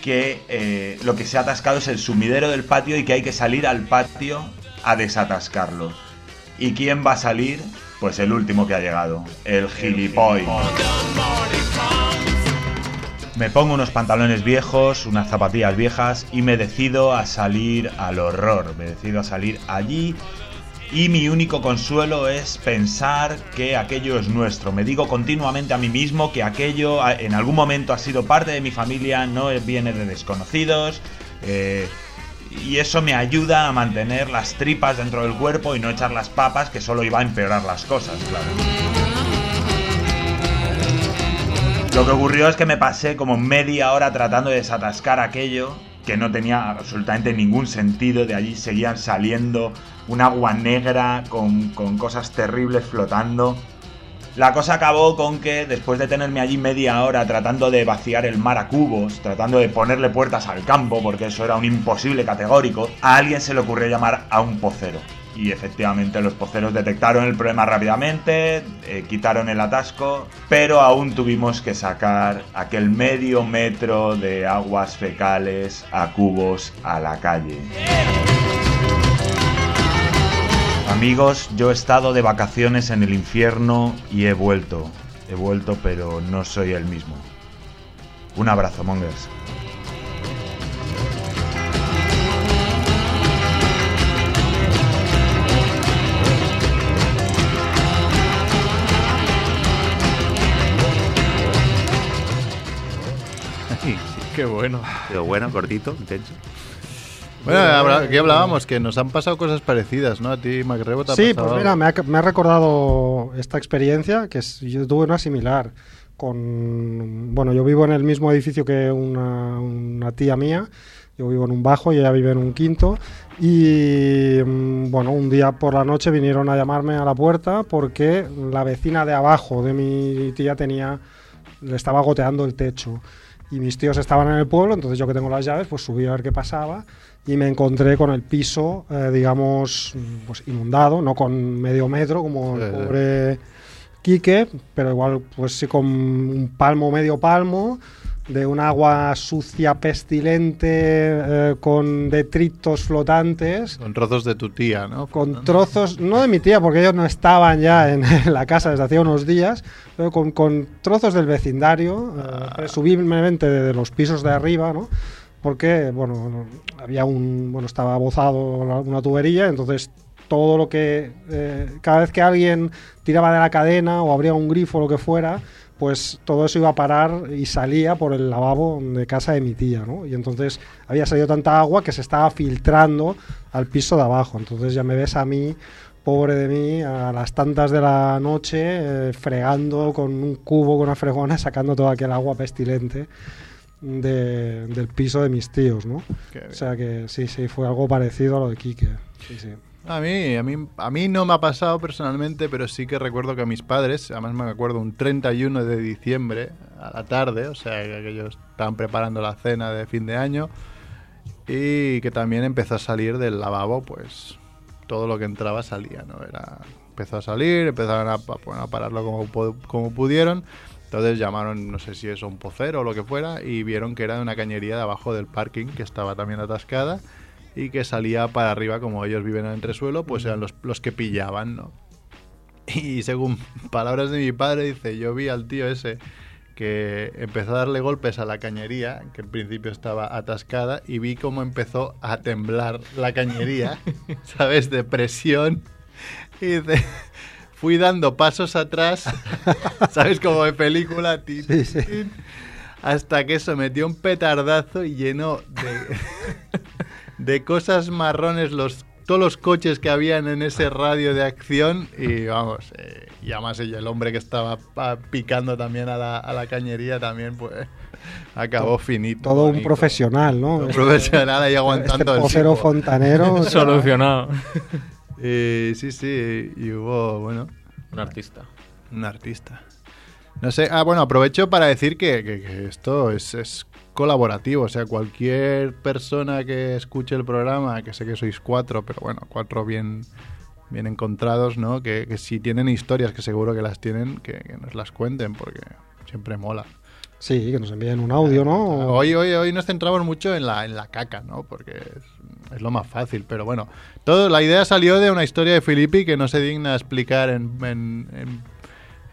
Speaker 5: que eh, lo que se ha atascado es el sumidero del patio y que hay que salir al patio a desatascarlo. ¿Y quién va a salir? Pues el último que ha llegado, el gilipoy. Me pongo unos pantalones viejos, unas zapatillas viejas y me decido a salir al horror. Me decido a salir allí y mi único consuelo es pensar que aquello es nuestro. Me digo continuamente a mí mismo que aquello a- en algún momento ha sido parte de mi familia, no es- viene de desconocidos. eh, y eso me ayuda a mantener las tripas dentro del cuerpo y no echar las papas, que solo iba a empeorar las cosas, claro. Lo que ocurrió es que me pasé como media hora tratando de desatascar aquello que no tenía absolutamente ningún sentido. De allí seguían saliendo un agua negra con, con cosas terribles flotando. La cosa acabó con que después de tenerme allí media hora tratando de vaciar el mar a cubos, tratando de ponerle puertas al campo, porque eso era un imposible categórico, a alguien se le ocurrió llamar a un pocero. Y efectivamente los poceros detectaron el problema rápidamente, eh, quitaron el atasco, pero aún tuvimos que sacar aquel medio metro de aguas fecales a cubos a la calle. Amigos, yo he estado de vacaciones en el infierno y he vuelto. He vuelto, pero no soy el mismo. Un abrazo, mongers.
Speaker 7: Qué bueno.
Speaker 2: Pero bueno, cortito, intenso.
Speaker 7: Bueno, habla- aquí hablábamos que nos han pasado cosas parecidas, ¿no? A ti, MacRebo, te ha
Speaker 6: Sí,
Speaker 7: pasado
Speaker 6: pues mira,
Speaker 7: algo.
Speaker 6: me ha, me ha recordado esta experiencia que es- yo tuve una similar. Con, bueno, yo vivo en el mismo edificio que una, una tía mía. Yo vivo en un bajo y ella vive en un quinto. Y mm, bueno, un día por la noche vinieron a llamarme a la puerta porque la vecina de abajo de mi tía tenía le estaba goteando el techo. Y mis tíos estaban en el pueblo, entonces yo que tengo las llaves, pues subí a ver qué pasaba y me encontré con el piso, eh, digamos, mm, pues inundado, no con medio metro como el
Speaker 7: Sí, sí.
Speaker 6: pobre Quique, pero igual pues sí con un palmo, medio palmo, de un agua sucia, pestilente, eh, con detritos flotantes
Speaker 7: Con trozos de tu tía, ¿no?
Speaker 6: con trozos, no de mi tía, porque ellos no estaban ya en, en la casa desde hacía unos días, pero con, con trozos del vecindario, eh, presumiblemente de, de los pisos de arriba, ¿no? Porque, bueno, había un, bueno, estaba bozado la- una tubería, entonces todo lo que, eh, cada vez que alguien tiraba de la cadena o abría un grifo o lo que fuera, pues todo eso iba a parar y salía por el lavabo de casa de mi tía, ¿no? Y entonces había salido tanta agua que se estaba filtrando al piso de abajo. Entonces ya me ves a mí, pobre de mí, a las tantas de la noche, eh, fregando con un cubo, con una fregona, sacando todo aquel agua pestilente de- del piso de mis tíos, ¿no?
Speaker 7: Qué bien.
Speaker 6: O sea que sí, sí, fue algo parecido a lo de Quique. Sí, sí.
Speaker 7: A mí, a mí, a mí no me ha pasado personalmente, pero sí que recuerdo que a mis padres, además me acuerdo un 31 de diciembre a la tarde, o sea, que que ellos estaban preparando la cena de fin de año y que también empezó a salir del lavabo, pues todo lo que entraba salía, ¿no? Era, empezó a salir, empezaron a, a- bueno, a pararlo como, pu- como pudieron Entonces llamaron, no sé si es un pocero o lo que fuera, y vieron que era de una cañería de abajo del parking que estaba también atascada y que salía para arriba, como ellos viven en el entresuelo, pues eran los, los que pillaban, ¿no? Y según palabras de mi padre, dice, yo vi al tío ese que empezó a darle golpes a la cañería, que en principio estaba atascada, y vi cómo empezó a temblar la cañería, ¿sabes? De presión. Y dice, fui dando pasos atrás, ¿sabes? Como de película, tin, tin, hasta que se metió un petardazo y llenó de, de cosas marrones los todos los coches que habían en ese radio de acción y vamos, eh, y además ella, el hombre que estaba pa- picando también a la, a la cañería también pues acabó finito.
Speaker 6: Todo un
Speaker 7: bonito.
Speaker 6: profesional, ¿no?
Speaker 7: Un profesional ahí
Speaker 6: Este
Speaker 7: aguantando el
Speaker 6: pocero
Speaker 7: tipo.
Speaker 6: fontanero. o sea,
Speaker 8: Solucionado.
Speaker 7: Eh, sí, sí, y hubo, bueno,
Speaker 8: Un artista.
Speaker 7: un artista. No sé, ah, bueno, aprovecho para decir que, que- que esto es, es colaborativo, o sea, cualquier persona que escuche el programa, que sé que sois cuatro, pero bueno, cuatro bien, bien encontrados, ¿no? Que, que si tienen historias, que seguro que las tienen, que, que nos las cuenten, porque siempre mola.
Speaker 6: Sí, que nos envíen un audio, ¿no?
Speaker 7: Hoy, hoy, hoy nos centramos mucho en la, en la caca, ¿no? Porque es, es lo más fácil, pero bueno. Todo, la idea salió de una historia de Filippi que no se digna explicar en, en- en-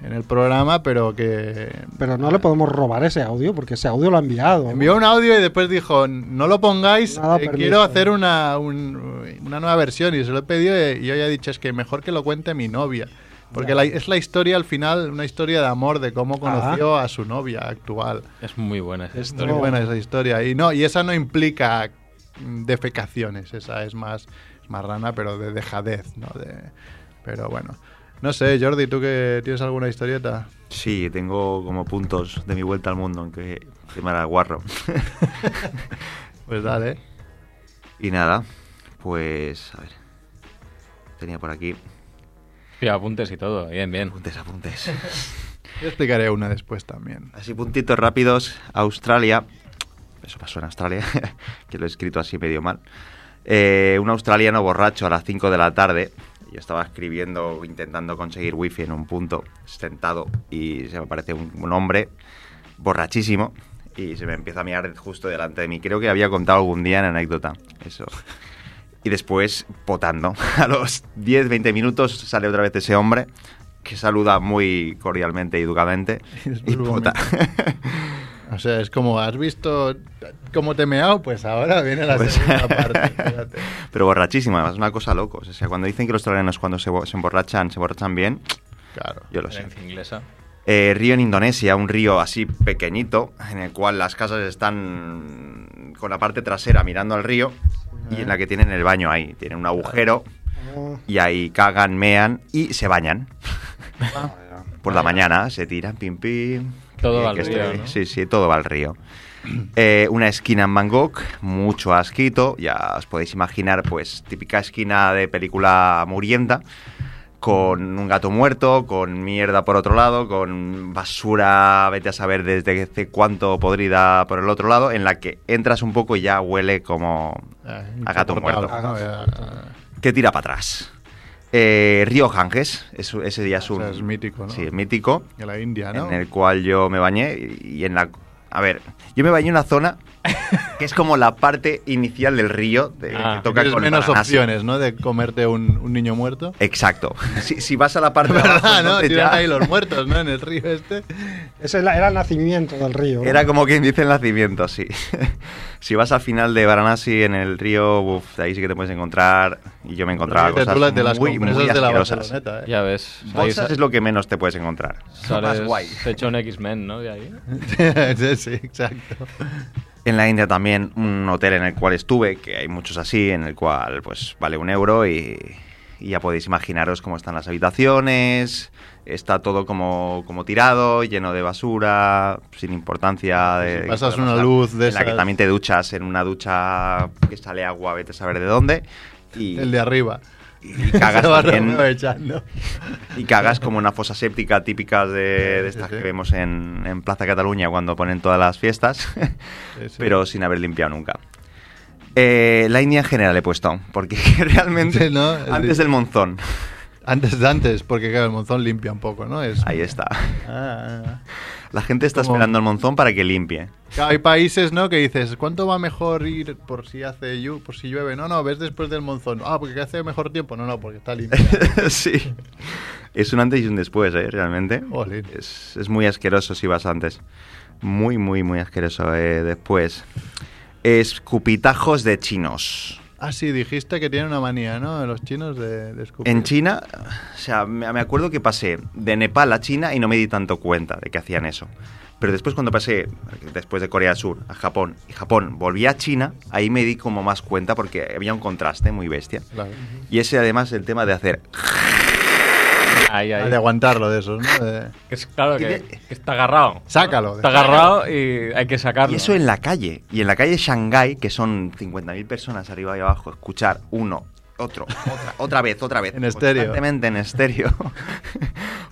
Speaker 7: en el programa, pero que...
Speaker 6: Pero no le podemos robar ese audio porque ese audio lo ha enviado.
Speaker 7: Envió un audio y después dijo, no lo pongáis,
Speaker 6: Nada
Speaker 7: eh,
Speaker 6: permiso".
Speaker 7: quiero hacer una, un- una nueva versión y se lo he pedido eh, y yo ya he dicho, es que mejor que lo cuente mi novia. Porque la- es la historia al final, una historia de amor, de cómo conoció a su novia actual.
Speaker 8: Es muy buena esa
Speaker 7: Es
Speaker 8: historia.
Speaker 7: muy buena esa historia. Y no, y esa no implica mm, defecaciones, esa es más, es más rana, pero de dejadez, ¿no? De, pero bueno. No sé, Jordi, ¿tú que tienes alguna historieta?
Speaker 2: Sí, tengo como puntos de mi vuelta al mundo, aunque que me la guarro.
Speaker 7: Pues dale.
Speaker 2: y nada, pues a ver. Tenía por aquí
Speaker 8: Sí, apuntes y todo. Bien, bien.
Speaker 2: apuntes, apuntes.
Speaker 7: Yo explicaré una después también.
Speaker 2: Así puntitos rápidos. Australia. Eso pasó en Australia, que lo he escrito así medio mal. Eh, un australiano borracho a las 5 de la tarde. Yo estaba escribiendo, intentando conseguir wifi en un punto, sentado, y se me aparece un, un hombre borrachísimo y se me empieza a mirar justo delante de mí. Creo que había contado algún día en anécdota. Eso. Y después, potando. A los 10, 20 minutos sale otra vez ese hombre que saluda muy cordialmente y educadamente.
Speaker 7: Y después
Speaker 2: Y
Speaker 7: lo
Speaker 2: pota.
Speaker 7: O sea, es como, ¿has visto cómo te he meado? Pues ahora viene la segunda parte. espérate.
Speaker 2: Pero borrachísima, además, es una cosa loco. O sea, cuando dicen que los australianos cuando se, bo- se emborrachan, se emborrachan bien,
Speaker 7: Claro.
Speaker 2: yo lo sé.
Speaker 8: Herencia inglesa.
Speaker 2: Eh, río en Indonesia, un río así pequeñito, en el cual las casas están con la parte trasera mirando al río y en la que tienen el baño ahí. Tienen un agujero
Speaker 6: Ah,
Speaker 2: y ahí cagan, mean y se bañan. Por la mañana se tiran, pim, pim. Qué
Speaker 8: Todo
Speaker 2: bien
Speaker 8: va al
Speaker 2: que este,
Speaker 8: río,
Speaker 2: estoy.
Speaker 8: ¿no?
Speaker 2: Sí, sí, todo va al río. Eh, una esquina en Bangkok, mucho asquito, ya os podéis imaginar, pues típica esquina de película murienta, con un gato muerto, con mierda por otro lado, con basura, vete a saber desde hace cuánto podrida por el otro lado, en la que entras un poco y ya huele como
Speaker 7: Ah,
Speaker 2: A gato
Speaker 7: insoportable.
Speaker 2: muerto.
Speaker 7: Ah, ah, ah.
Speaker 2: que tira para atrás. Eh, río Ganges, es- ese ya es
Speaker 7: O
Speaker 2: un...
Speaker 7: sea, es mítico, ¿no?
Speaker 2: Sí, es mítico.
Speaker 7: En la India, ¿no?
Speaker 2: en el cual yo me bañé y- y en la... A ver, yo me bañé en una zona que es como la parte inicial del río de, este, que
Speaker 8: Ah,
Speaker 2: toca
Speaker 7: Tienes
Speaker 2: con el
Speaker 7: menos
Speaker 2: Varanasi.
Speaker 7: opciones, ¿no? De comerte un, un niño muerto.
Speaker 2: Exacto. Si, si vas a la parte de abajo,
Speaker 7: ¿Verdad, no?
Speaker 2: entonces
Speaker 7: Tiran
Speaker 2: pues, ya-
Speaker 7: ahí los muertos, ¿no? En el río este.
Speaker 6: Ese era era el nacimiento del río. ¿no?
Speaker 2: Era como quien dice el nacimiento, sí. si vas al final de Varanasi en el río, uf, ahí sí que te puedes encontrar. Y yo me encontraba
Speaker 7: Te
Speaker 2: cosas
Speaker 7: tulas de las
Speaker 2: muy,
Speaker 7: compresas
Speaker 2: muy
Speaker 7: de la
Speaker 2: asquerosas.
Speaker 7: Barceloneta, ¿eh?
Speaker 8: Ya ves. Ahí
Speaker 2: Bolsas
Speaker 8: sa-
Speaker 2: es lo que menos te puedes encontrar. Lo más
Speaker 8: sales-
Speaker 2: guay.
Speaker 8: Te echó un X-Men, ¿no? De ahí.
Speaker 7: sí, sí, exacto.
Speaker 2: En la India también un hotel en el cual estuve, que hay muchos así, en el cual pues vale un euro y, y ya podéis imaginaros cómo están las habitaciones, está todo como, como tirado, lleno de basura, sin importancia. De,
Speaker 7: Si pasas
Speaker 2: que pueda
Speaker 7: una
Speaker 2: pasar.
Speaker 7: luz de
Speaker 2: En la que
Speaker 7: esas-
Speaker 2: también te duchas, en una ducha que sale agua, vete a saber de dónde. Y,
Speaker 7: El de arriba.
Speaker 2: y cagas
Speaker 7: Se va
Speaker 2: también
Speaker 7: aprovechando.
Speaker 2: y cagas como una fosa séptica típica de, de estas
Speaker 7: Sí, sí.
Speaker 2: que vemos en, en Plaza Cataluña cuando ponen todas las fiestas,
Speaker 7: Sí, sí.
Speaker 2: pero sin haber limpiado nunca. Eh, la India en general he puesto, porque realmente
Speaker 7: Sí, ¿no?
Speaker 2: antes del monzón.
Speaker 7: Antes de antes, porque claro, el monzón limpia un poco, ¿no? Es,
Speaker 2: Ahí está.
Speaker 7: Ah, ah,
Speaker 2: La gente está
Speaker 7: Como-
Speaker 2: esperando el monzón para que limpie.
Speaker 7: ah. Hay países, ¿no? Que dices, ¿cuánto va mejor ir por si hace llu- por si llueve? No, no, ves después del monzón. Ah, porque hace mejor tiempo. No, no, porque está limpio.
Speaker 2: sí. Es un antes y un después, ¿eh? Realmente.
Speaker 7: Jolín.
Speaker 2: Es, es muy asqueroso si vas antes. Muy, muy, muy asqueroso eh, después. Escupitajos de chinos.
Speaker 7: Ah, sí, dijiste que tienen una manía, ¿no? Los chinos de, de escupir.
Speaker 2: En China, o sea, me me acuerdo que pasé de Nepal a China y no me di tanto cuenta de que hacían eso. Pero después cuando pasé, después de Corea del Sur, a Japón, y Japón, volví a China, ahí me di como más cuenta porque había un contraste muy bestia.
Speaker 7: Claro.
Speaker 2: Y ese además el tema de hacer...
Speaker 8: Ahí,
Speaker 2: Ah,
Speaker 7: Hay de
Speaker 8: ahí.
Speaker 7: aguantarlo de esos, ¿no? De-
Speaker 8: Que es claro que, que está agarrado.
Speaker 7: Sácalo.
Speaker 8: Está agarrado y hay que sacarlo.
Speaker 2: Y eso en la calle. Y en la calle Shanghái, que son 50.000 personas arriba y abajo, escuchar uno, otro, otra, otra vez, otra vez.
Speaker 7: En estéreo.
Speaker 2: Constantemente en estéreo.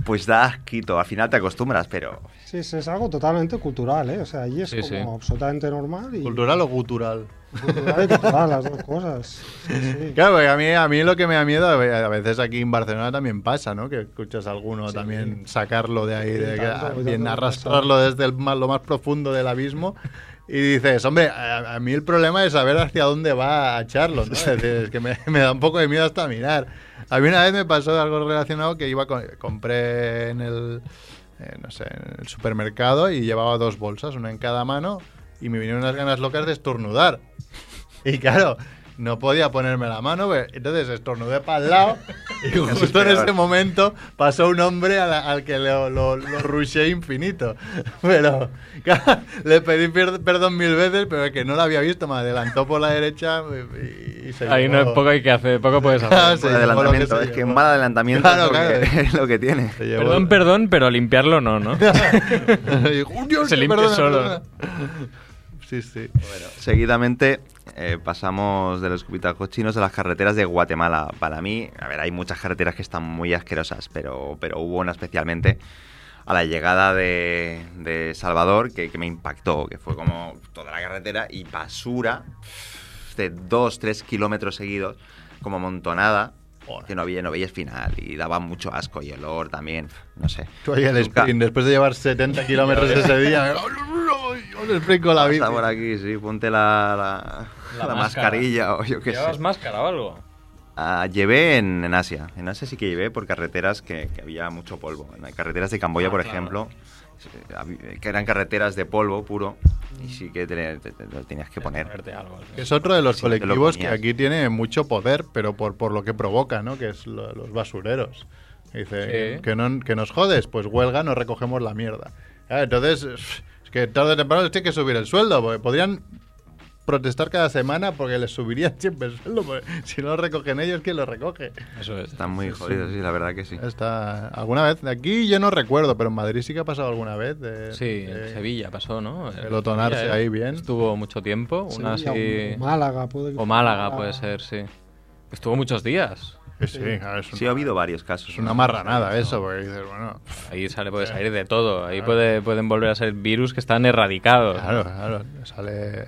Speaker 2: pues da asquito. Al final te acostumbras, pero...
Speaker 6: Sí, sí, es algo totalmente cultural, ¿eh? O sea, allí es
Speaker 8: Sí,
Speaker 6: como
Speaker 8: sí.
Speaker 6: absolutamente normal y
Speaker 7: ¿Cultural o gutural?
Speaker 6: cultural y cultural, las dos cosas. Sí, sí.
Speaker 7: Claro, porque a mí, a mí lo que me da miedo, a veces aquí en Barcelona también pasa, ¿no? Que escuchas a alguno también sacarlo de ahí, de,
Speaker 6: tanto, tanto
Speaker 7: bien
Speaker 6: me pasa.
Speaker 7: arrastrarlo desde el más- lo más profundo del abismo. Y dices, hombre, a, a mí el problema es saber hacia dónde va a echarlo, ¿no? Es decir, es que me, me da un poco de miedo hasta mirar. A mí una vez me pasó algo relacionado que iba con- compré en el, eh, no sé, en el supermercado y llevaba dos bolsas, una en cada mano, y me vinieron unas ganas locas de estornudar. Y claro, no podía ponerme la mano, pues, entonces estornudé para el lado y
Speaker 2: Eso es
Speaker 7: justo en
Speaker 2: peor.
Speaker 7: ese momento pasó un hombre a la- al que lo, lo, lo rushé infinito. Pero claro, le pedí pier- perdón mil veces, pero es que no lo había visto, me adelantó por la derecha y, y se
Speaker 8: Ahí no es
Speaker 7: llevó-
Speaker 8: poco hay que hacer, poco puedes
Speaker 7: Ah,
Speaker 8: hacer.
Speaker 7: sí,
Speaker 2: Mal
Speaker 7: llevó lo
Speaker 2: adelantamiento.
Speaker 7: se
Speaker 2: es que
Speaker 7: llevó.
Speaker 2: un mal adelantamiento
Speaker 7: Claro,
Speaker 2: es, lo
Speaker 7: claro.
Speaker 2: que, es lo que tiene.
Speaker 7: Se llevó-
Speaker 8: Perdón, perdón, pero limpiarlo no, ¿no?
Speaker 7: Y dijo, "Oh, Dios,
Speaker 8: Se
Speaker 7: sí,
Speaker 8: limpia
Speaker 7: perdona,
Speaker 8: solo.
Speaker 7: perdona". Sí, sí.
Speaker 2: Seguidamente eh, pasamos de los cubitajos chinos a las carreteras de Guatemala. Para mí, a ver, hay muchas carreteras que están muy asquerosas, pero, pero hubo una especialmente a la llegada de, de Salvador que, que me impactó, que fue como toda la carretera y basura de 2-3 kilómetros seguidos, como amontonada. Que no, veía, no veías final y daba mucho asco y olor también, no sé.
Speaker 7: Tú ahí el
Speaker 2: Nunca-
Speaker 7: sprint, después de llevar 70 kilómetros ese día, un sprint con la bici.
Speaker 2: Pasa por aquí, sí, ponte la, la-
Speaker 8: La
Speaker 2: la
Speaker 8: máscara.
Speaker 2: mascarilla o yo qué sé.
Speaker 8: ¿Llevas máscara o algo?
Speaker 2: Ah, llevé en, en Asia. En Asia sí que llevé por carreteras que, que había mucho polvo. En las carreteras de
Speaker 8: Ah,
Speaker 2: Camboya, por ejemplo, eh, hab- que eran carreteras de polvo puro y sí que te, te- te lo tenías que poner.
Speaker 8: Ponerte algo. sí.
Speaker 7: Que es otro de los
Speaker 2: Sí, te lo
Speaker 7: colectivos que
Speaker 2: comías.
Speaker 7: aquí tiene mucho poder, pero por, por lo que provoca, ¿no? Que es lo- los basureros. Dice,
Speaker 8: Sí.
Speaker 7: que, no, que nos jodes, pues huelga, nos recogemos la mierda. Ah, entonces, es que tarde o temprano les tiene que subir el sueldo, porque podrían protestar cada semana porque les subirían siempre el sueldo. porque si no lo recogen ellos, ¿quién lo recoge?
Speaker 8: Eso es.
Speaker 2: Están muy jodidos, sí, la verdad que sí.
Speaker 7: Está, alguna vez, aquí yo no recuerdo, pero en Madrid sí que ha pasado alguna vez. de-
Speaker 8: Sí, en
Speaker 7: de-
Speaker 8: Sevilla pasó, ¿no?
Speaker 7: el otonarse
Speaker 8: Sevilla, ¿eh?
Speaker 7: ahí bien.
Speaker 8: Estuvo mucho tiempo, una
Speaker 6: Sevilla,
Speaker 8: así...
Speaker 6: o Málaga, puede que fuera
Speaker 8: O Málaga puede ser, sí. Estuvo muchos días.
Speaker 7: Sí, sí, claro, es
Speaker 2: Sí,
Speaker 7: una-
Speaker 2: ha habido varios casos.
Speaker 7: Es una marranada eso, porque dices, bueno,
Speaker 8: Ahí sale, puede salir de todo. Ahí puede, pueden volver a ser virus que están erradicados.
Speaker 7: claro, claro, sale...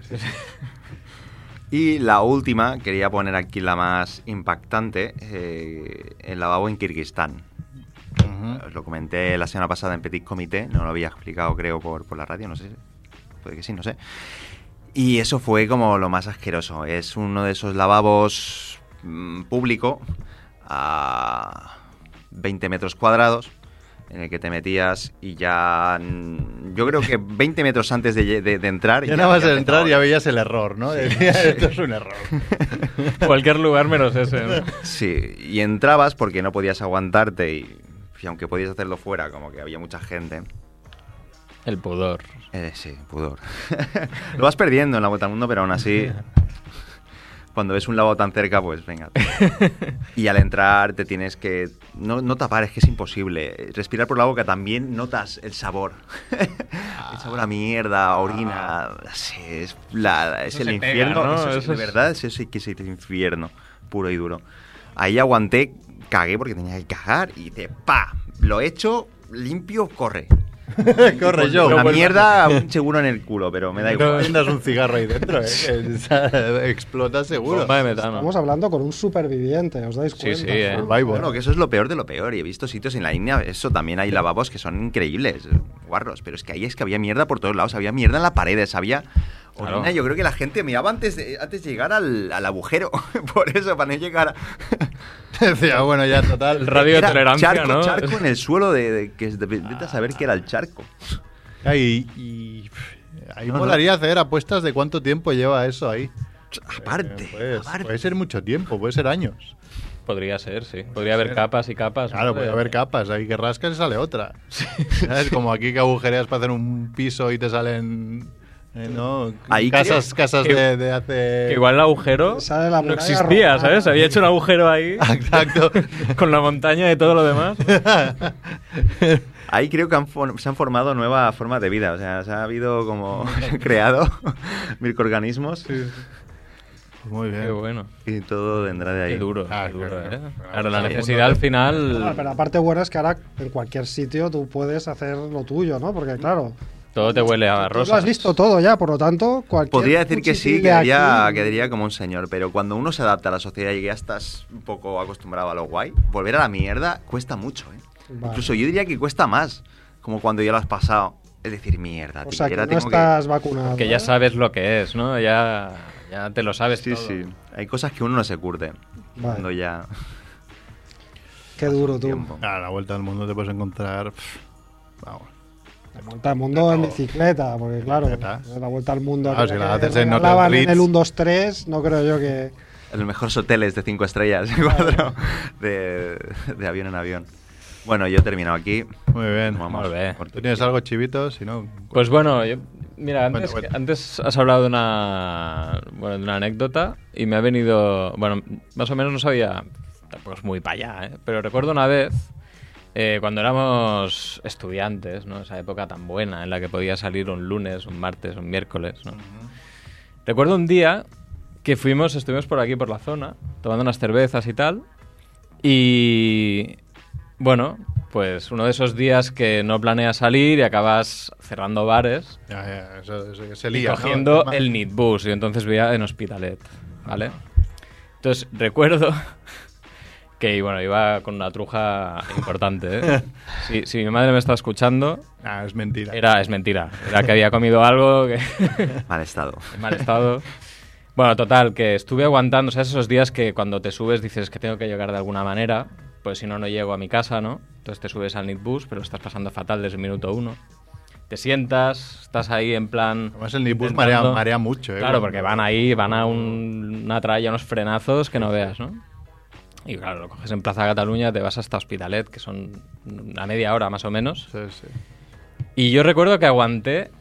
Speaker 2: Y la última, quería poner aquí la más impactante, eh, el lavabo en Kirguistán. Os lo comenté la semana pasada en Petit Comité, no lo había explicado creo por, por la radio, no sé, puede que sí, no sé. Y eso fue como lo más asqueroso, es uno de esos lavabos mm, público a 20 metros cuadrados en el que te metías y ya mm, yo creo que 20 metros antes de, lle- de- de entrar
Speaker 7: Ya nada más
Speaker 2: ya
Speaker 7: de entrar
Speaker 2: empezaba.
Speaker 7: ya veías el error, ¿no? Decías, Esto es un error.
Speaker 8: Cualquier lugar menos ese, ¿no?
Speaker 2: Sí, y entrabas porque no podías aguantarte y, y aunque podías hacerlo fuera, como que había mucha gente.
Speaker 8: El pudor.
Speaker 2: Eh, sí, pudor. Lo vas perdiendo en la vuelta al mundo, pero aún así, cuando ves un lavabo tan cerca, pues venga. Y al entrar te tienes que... No, no tapar, es que es imposible. Respirar por la boca también notas el sabor. El sabor a mierda, a orina. sí, es la- es
Speaker 8: Eso
Speaker 2: el
Speaker 8: se pega,
Speaker 2: infierno.
Speaker 8: ¿no?
Speaker 2: eso sí, de
Speaker 8: Eso es-
Speaker 2: verdad, eso sí que es el infierno, puro y duro. Ahí aguanté, cagué porque tenía que cagar y te pa, lo he hecho, limpio, corre.
Speaker 7: Corre, yo.
Speaker 2: Una mierda, un seguro en el culo, pero me da
Speaker 7: No
Speaker 2: igual.
Speaker 7: vendas un cigarro ahí dentro, ¿eh? que esa- Explota seguro.
Speaker 8: Bomba de metano.
Speaker 6: Estamos hablando con un superviviente, ¿os dais
Speaker 8: Sí,
Speaker 6: cuenta?
Speaker 8: sí, eh.
Speaker 7: Survivor.
Speaker 2: Bueno, que eso es lo peor de lo peor. Y he visto sitios en la India, eso también hay lavabos que son increíbles, guarros. Pero es que ahí es que había mierda por todos lados, había mierda en las paredes, había.
Speaker 8: Claro.
Speaker 2: orina. Yo creo que la gente miraba antes de, antes de llegar al, al agujero. Por eso, para no llegar a.
Speaker 7: Decía, bueno, ya total.
Speaker 8: El radio de
Speaker 2: Era
Speaker 8: tolerancia,
Speaker 2: charco,
Speaker 8: ¿no?
Speaker 2: charco en el suelo de, de- que es de- vete a saber qué era el charco.
Speaker 7: Ay, y. pff, Ahí
Speaker 2: No, no.
Speaker 7: molaría hacer apuestas de cuánto tiempo lleva eso ahí.
Speaker 2: Aparte,
Speaker 7: Eh, pues,
Speaker 2: aparte.
Speaker 7: Puede ser mucho tiempo, puede ser años.
Speaker 8: Podría ser, sí. Podría haber capas y capas. ¿no?
Speaker 7: Claro, puede haber capas, ahí que rascas y sale otra. ¿Sabes? Como aquí que agujereas para hacer un piso y te salen. eh, ¿no?
Speaker 2: Ahí
Speaker 7: casas
Speaker 2: creo-
Speaker 7: casas
Speaker 8: que-
Speaker 7: de, de hace.
Speaker 8: Que Igual el agujero
Speaker 6: Sale la
Speaker 8: no
Speaker 6: muralla
Speaker 8: existía,
Speaker 6: romana.
Speaker 8: ¿sabes? Había hecho un agujero ahí
Speaker 7: Exacto.
Speaker 8: con la montaña y todo lo demás.
Speaker 2: Ahí creo que han for- se han formado nuevas formas de vida. O sea, se ha habido como se han creado microorganismos
Speaker 7: Muy bien.
Speaker 8: Qué bueno.
Speaker 2: y todo vendrá de ahí.
Speaker 8: Qué duro,
Speaker 7: Ah,
Speaker 8: qué duro,
Speaker 7: claro.
Speaker 8: ¿eh? Claro, la necesidad al
Speaker 6: Ah, pero
Speaker 8: final
Speaker 6: aparte bueno es que ahora en cualquier sitio tú puedes hacer lo tuyo, ¿no? Porque claro,
Speaker 8: todo te huele a
Speaker 6: tú lo has
Speaker 8: rosas.
Speaker 6: visto todo ya, por lo tanto, cualquier
Speaker 2: Podría decir que sí,
Speaker 6: cuchitil de
Speaker 2: quedaría,
Speaker 6: aquí-
Speaker 2: quedaría como un señor, pero cuando uno se adapta a la sociedad y ya estás un poco acostumbrado a lo guay, volver a la mierda cuesta mucho. ¿eh?
Speaker 6: Vale.
Speaker 2: Incluso yo diría que cuesta más, como cuando ya lo has pasado. Es decir, mierda,
Speaker 6: O
Speaker 2: tío,
Speaker 6: sea,
Speaker 2: que
Speaker 6: que
Speaker 2: ahora
Speaker 6: no
Speaker 2: tengo que-
Speaker 6: estás vacunado.
Speaker 8: Que ya
Speaker 6: ¿eh?
Speaker 8: sabes lo que es, ¿no? Ya, ya te lo sabes
Speaker 2: Sí,
Speaker 8: todo.
Speaker 2: sí. Hay cosas que uno no se curte. Cuando ya.
Speaker 6: Qué duro tú.
Speaker 2: Tiempo.
Speaker 7: A la vuelta al mundo te puedes encontrar. pff, vamos.
Speaker 6: La vuelta al mundo en bicicleta, porque claro,
Speaker 7: Bicicleta.
Speaker 6: la vuelta al mundo
Speaker 7: Claro,
Speaker 6: que
Speaker 7: si
Speaker 6: la
Speaker 7: la
Speaker 6: que
Speaker 7: haces en Hotel
Speaker 6: regalaban en
Speaker 7: Ritz.
Speaker 6: el 1, 2, 3, no creo yo que...
Speaker 2: En los mejores hoteles de cinco estrellas, cuatro, de, de avión en avión. Bueno, yo he terminado aquí.
Speaker 7: Muy bien.
Speaker 2: Vamos.
Speaker 8: Muy bien.
Speaker 7: ¿Tú tienes algo chivito? Si no.
Speaker 8: Pues bueno, yo- mira, antes,
Speaker 7: Cuenta, cuenta.
Speaker 8: antes has hablado de una, bueno, de una anécdota y me ha venido, bueno, más o menos no sabía, tampoco es muy para allá, ¿eh? pero recuerdo una vez, eh, cuando éramos estudiantes, ¿no? esa época tan buena en la que podía salir un lunes, un martes, un miércoles, ¿no? recuerdo un día que fuimos, estuvimos por aquí, por la zona, tomando unas cervezas y tal, y bueno, pues uno de esos días que no planeas salir y acabas cerrando bares
Speaker 7: Ya, ya, eso, eso que se
Speaker 8: y
Speaker 7: lía. ¿no?
Speaker 8: cogiendo
Speaker 7: Además-
Speaker 8: el Nitbus. Y entonces veía en Hospitalet, ¿vale? Entonces recuerdo que, bueno, iba con una truja importante, ¿eh? Si, si mi madre me está escuchando,
Speaker 7: Ah, es mentira.
Speaker 8: era, es mentira. Era que había comido algo que...
Speaker 2: Mal estado.
Speaker 8: en mal estado. Bueno, total, que estuve aguantando, o sea, esos días que cuando te subes dices que tengo que llegar de alguna manera, pues si no, no llego a mi casa, ¿no? Entonces te subes al Nitbus, pero lo estás pasando fatal desde el minuto uno. Te sientas, estás ahí en plan...
Speaker 7: Además, el Nibus
Speaker 8: intentando-
Speaker 7: marea, marea mucho, ¿eh?
Speaker 8: Claro, porque van ahí, van a un- una tralla, unos frenazos que no veas, ¿no? Y claro, lo coges en Plaza Cataluña, te vas hasta Hospitalet, que son una media hora más o menos.
Speaker 7: Sí, sí.
Speaker 8: Y yo recuerdo que aguanté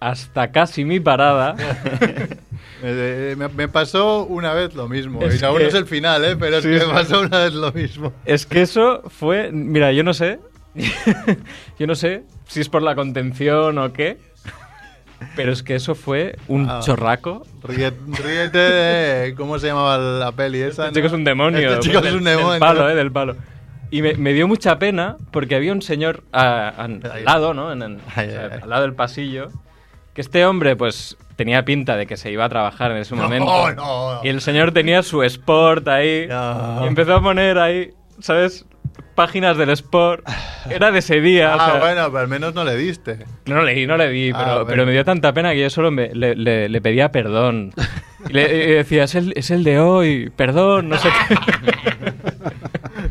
Speaker 8: hasta casi mi parada.
Speaker 7: Eh, eh, Me, me pasó una vez lo mismo.
Speaker 8: Es
Speaker 7: y aún
Speaker 8: que-
Speaker 7: no es el final, ¿eh? Pero es
Speaker 8: Sí,
Speaker 7: que
Speaker 8: sí.
Speaker 7: me pasó una vez lo mismo.
Speaker 8: Es que eso fue. Mira, yo no sé. yo no sé si es por la contención o qué. Pero es que eso fue un
Speaker 7: Ah.
Speaker 8: chorraco.
Speaker 7: Ríe- Ríete de. ¿Cómo se llamaba la peli esa?
Speaker 8: Este chico es un demonio.
Speaker 7: Este chico
Speaker 8: del-
Speaker 7: es un
Speaker 8: Del
Speaker 7: demonio.
Speaker 8: palo, eh, del palo. Y me, me dio mucha pena porque había un señor a- a-
Speaker 7: Ay.
Speaker 8: al lado, ¿no? En- en- o
Speaker 7: Ay,
Speaker 8: sea,
Speaker 7: ay, ay.
Speaker 8: al lado del pasillo. Que este hombre, pues, tenía pinta de que se iba a trabajar en ese momento.
Speaker 7: No, no, no.
Speaker 8: Y el señor tenía su sport ahí.
Speaker 7: No.
Speaker 8: Y empezó a poner ahí, ¿sabes? Páginas del sport. Era de ese día. o
Speaker 7: Ah,
Speaker 8: sea,
Speaker 7: bueno, pero al menos no le diste.
Speaker 8: No leí, no le di,
Speaker 7: Ah,
Speaker 8: pero,
Speaker 7: bueno.
Speaker 8: pero me dio tanta pena que yo solo me- le, le- le pedía perdón. Y le, y decía, es el, es el de hoy, perdón, no sé qué.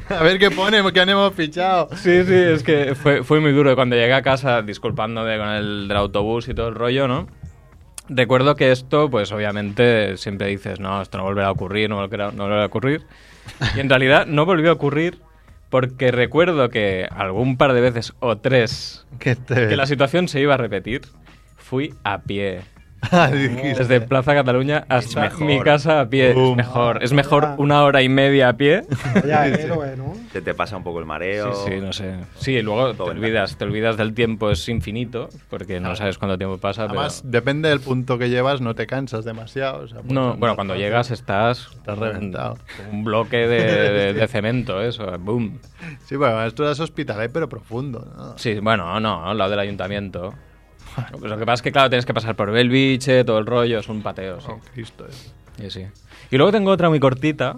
Speaker 7: A ver qué pone, que han hemos fichado.
Speaker 8: Sí, sí, es que fue, fue muy duro. Cuando llegué a casa disculpándome con el del autobús y todo el rollo, ¿no? Recuerdo que esto, pues obviamente siempre dices, no, esto no volverá a ocurrir, no volverá, no volverá a ocurrir. Y en realidad no volvió a ocurrir porque recuerdo que algún par de veces o tres
Speaker 7: Que te-
Speaker 8: que la situación se iba a repetir, fui a pie
Speaker 7: Ah,
Speaker 8: Desde Plaza Cataluña hasta
Speaker 2: mejor.
Speaker 8: mi casa a pie. Es
Speaker 7: Boom.
Speaker 8: mejor. Es mejor una hora y media a pie.
Speaker 6: Ya, héroe, ¿no?
Speaker 2: Se te pasa un poco el mareo.
Speaker 8: Sí, sí, no sé. Sí, y luego te
Speaker 2: Todo en
Speaker 8: olvidas, te olvidas del tiempo, es infinito, porque no sabes cuánto tiempo pasa. pero-
Speaker 7: Además, depende del punto que llevas, no te cansas demasiado. o sea, por
Speaker 8: No,
Speaker 7: ejemplo,
Speaker 8: bueno, cuando llegas estás.
Speaker 7: Estás reventado.
Speaker 8: como Un bloque de, de- de cemento, eso, boom.
Speaker 7: Sí, bueno, además tú eras hospitalet, pero profundo. ¿no?
Speaker 8: Sí, bueno, no, al lado del ayuntamiento. Pues lo que pasa es que, claro, tienes que pasar por Belviche, todo el rollo, es un pateo, sí.
Speaker 7: Oh, Cristo. eh.
Speaker 8: Sí, sí. Y luego tengo otra muy cortita.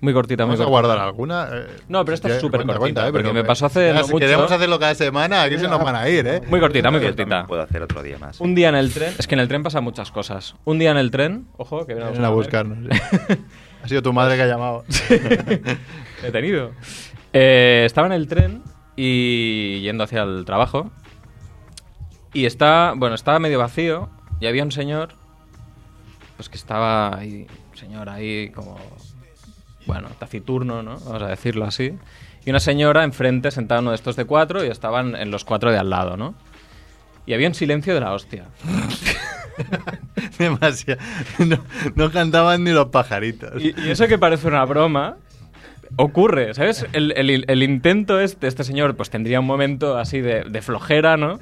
Speaker 8: Muy cortita, muy
Speaker 7: Vamos a
Speaker 8: cortita.
Speaker 7: guardar alguna. eh,
Speaker 8: No, pero esta es
Speaker 7: ya-
Speaker 8: súper
Speaker 7: cuenta,
Speaker 8: cortita,
Speaker 7: cuenta, eh,
Speaker 8: porque
Speaker 7: pero
Speaker 8: me
Speaker 7: eh,
Speaker 8: pasó hace
Speaker 7: mira,
Speaker 8: no
Speaker 7: si
Speaker 8: mucho.
Speaker 7: queremos hacerlo cada semana, aquí se nos van a ir, ¿eh?
Speaker 8: Muy cortita, muy
Speaker 2: Yo también
Speaker 8: cortita.
Speaker 2: puedo hacer otro día más.
Speaker 8: Un día en el tren. Es que en el tren pasan muchas cosas. Un día en el tren. Ojo, que viene
Speaker 7: Vienen a buscarnos. sí. ha sido tu madre que ha llamado.
Speaker 8: He tenido. Eh, estaba en el tren y yendo hacia el trabajo. Y está, bueno, estaba medio vacío y había un señor, pues que estaba ahí, un señor ahí como, bueno, taciturno, ¿no? Vamos a decirlo así. Y una señora enfrente sentada en uno de estos de cuatro y estaban en los cuatro de al lado, ¿no? Y había un silencio de la hostia.
Speaker 7: Demasiado. No, no cantaban ni los pajaritos.
Speaker 8: Y, y eso que parece una broma, ocurre, ¿sabes? El, el- el intento este, este señor pues tendría un momento así de, de flojera, ¿no?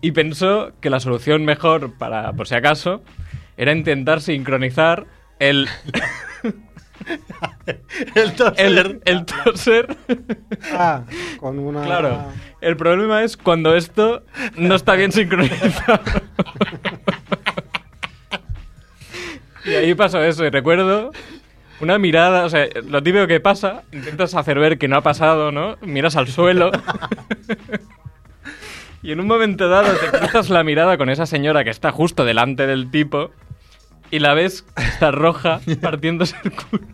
Speaker 8: Y pensó que la solución mejor para, por si acaso, era intentar sincronizar el,
Speaker 7: El
Speaker 8: el,
Speaker 7: toser.
Speaker 8: el toser.
Speaker 6: Ah, con una.
Speaker 8: Claro. El problema es cuando esto no está bien sincronizado. y ahí pasó eso. Y recuerdo una mirada, o sea, lo típico que pasa, intentas hacer ver que no ha pasado, ¿no? Miras al suelo. y en un momento dado te cruzas la mirada con esa señora que está justo delante del tipo. Y la ves, que está roja, partiéndose el culo.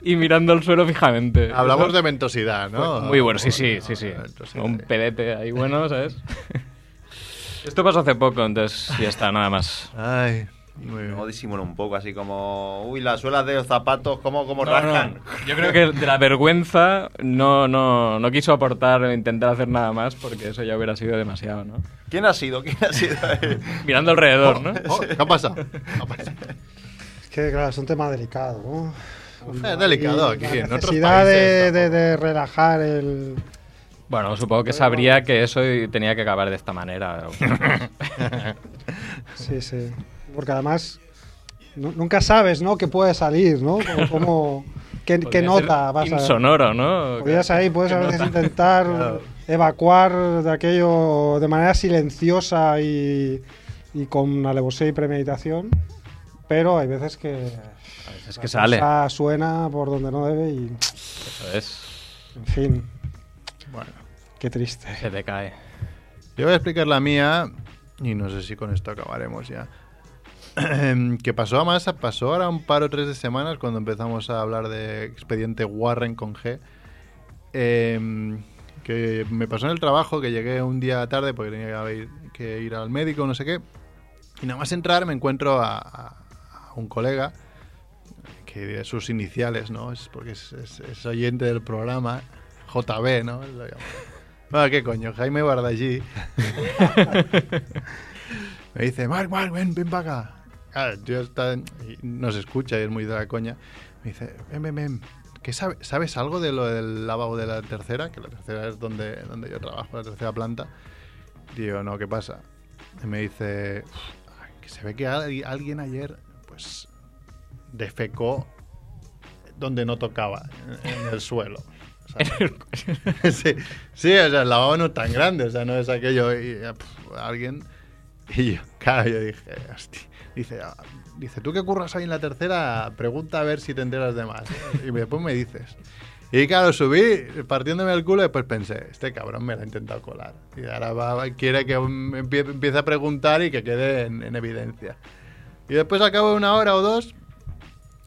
Speaker 8: Y mirando al suelo fijamente.
Speaker 7: Hablamos
Speaker 8: Eso-
Speaker 7: de ventosidad, ¿no? Ah,
Speaker 8: muy bueno, sí, sí, sí, sí.
Speaker 7: Ventosidad,
Speaker 8: Un
Speaker 7: sí.
Speaker 8: pedete ahí bueno, ¿sabes? Esto pasó hace poco, entonces ya está, nada más.
Speaker 7: Ay, muy bien.
Speaker 2: Como disimula un poco, así como. Uy, las suelas de los zapatos, ¿cómo, cómo
Speaker 8: No, no,
Speaker 2: rascan?
Speaker 8: Yo creo que de la vergüenza no, no, no quiso aportar o intentar hacer nada más porque eso ya hubiera sido demasiado, ¿no?
Speaker 2: ¿Quién ha sido? ¿Quién ha sido?
Speaker 8: Mirando alrededor, ¿no?
Speaker 7: Oh, ¿Qué ha pasado? ¿Qué ha pasado?
Speaker 6: Es que, claro, es un tema delicado, ¿no?
Speaker 2: Eh,
Speaker 7: Es delicado aquí.
Speaker 6: La
Speaker 7: En otros
Speaker 6: necesidad de,
Speaker 7: países,
Speaker 6: de-
Speaker 7: tampoco.
Speaker 6: de relajar el.
Speaker 8: Bueno, supongo que sabría que eso y tenía que acabar de esta manera.
Speaker 6: Sí, sí. Porque además, nu- nunca sabes, ¿no? Que puede salir, ¿no? Como, como- ¿qué, qué
Speaker 8: Podría
Speaker 6: nota
Speaker 8: ser
Speaker 6: vas a
Speaker 8: Insonoro, ¿no?
Speaker 6: Podrías ahí, puedes a veces intentar evacuar de aquello de manera silenciosa y, y con alevosía y premeditación, pero hay veces que.
Speaker 8: Es
Speaker 6: la
Speaker 8: que sale.
Speaker 6: cosa suena por donde no debe y.
Speaker 8: Eso es.
Speaker 6: En fin,
Speaker 7: Bueno.
Speaker 6: qué triste.
Speaker 8: Se te cae.
Speaker 7: Yo voy a explicar la mía y no sé si con esto acabaremos ya. que pasó a más, pasó ahora un par o tres de semanas cuando empezamos a hablar de expediente Warren con G. Em, que me pasó en el trabajo que llegué un día tarde porque tenía que haber- que ir, al médico, no sé qué. Y nada más entrar me encuentro a, a- a un colega que de sus iniciales, ¿no? Es porque es, es- es oyente del programa, JB, ¿no? Lo llamo. Bueno, ¿qué coño? Jaime Bardagí. me dice, Marc, Marc, ven, ven para acá. Claro, el tío está, y nos escucha y es muy de la coña. Me dice, ven, ven, ven. ¿Qué sabe- ¿Sabes algo de lo del lavabo de la tercera? Que la tercera es donde, donde yo trabajo, la tercera planta. Digo, no, ¿qué pasa? Y me dice, "Uf, ay, que se ve que al- alguien ayer, pues, defecó donde no tocaba, en, en el suelo. ¿sabes? sí, sí, o sea, el lavabo no es tan grande, o sea, no es aquello. Y, eh, pf, alguien. Y yo, claro, yo dije, hostia. Dice, ah, dice, tú que curras ahí en la tercera, pregunta a ver si te enteras de más. ¿eh? Y después me dices. Y claro, subí partiéndome el culo y después pensé, este cabrón me lo ha intentado colar. Y ahora va- quiere que mm, empie- empiece a preguntar y que quede en- en evidencia. Y después al cabo de una hora o dos,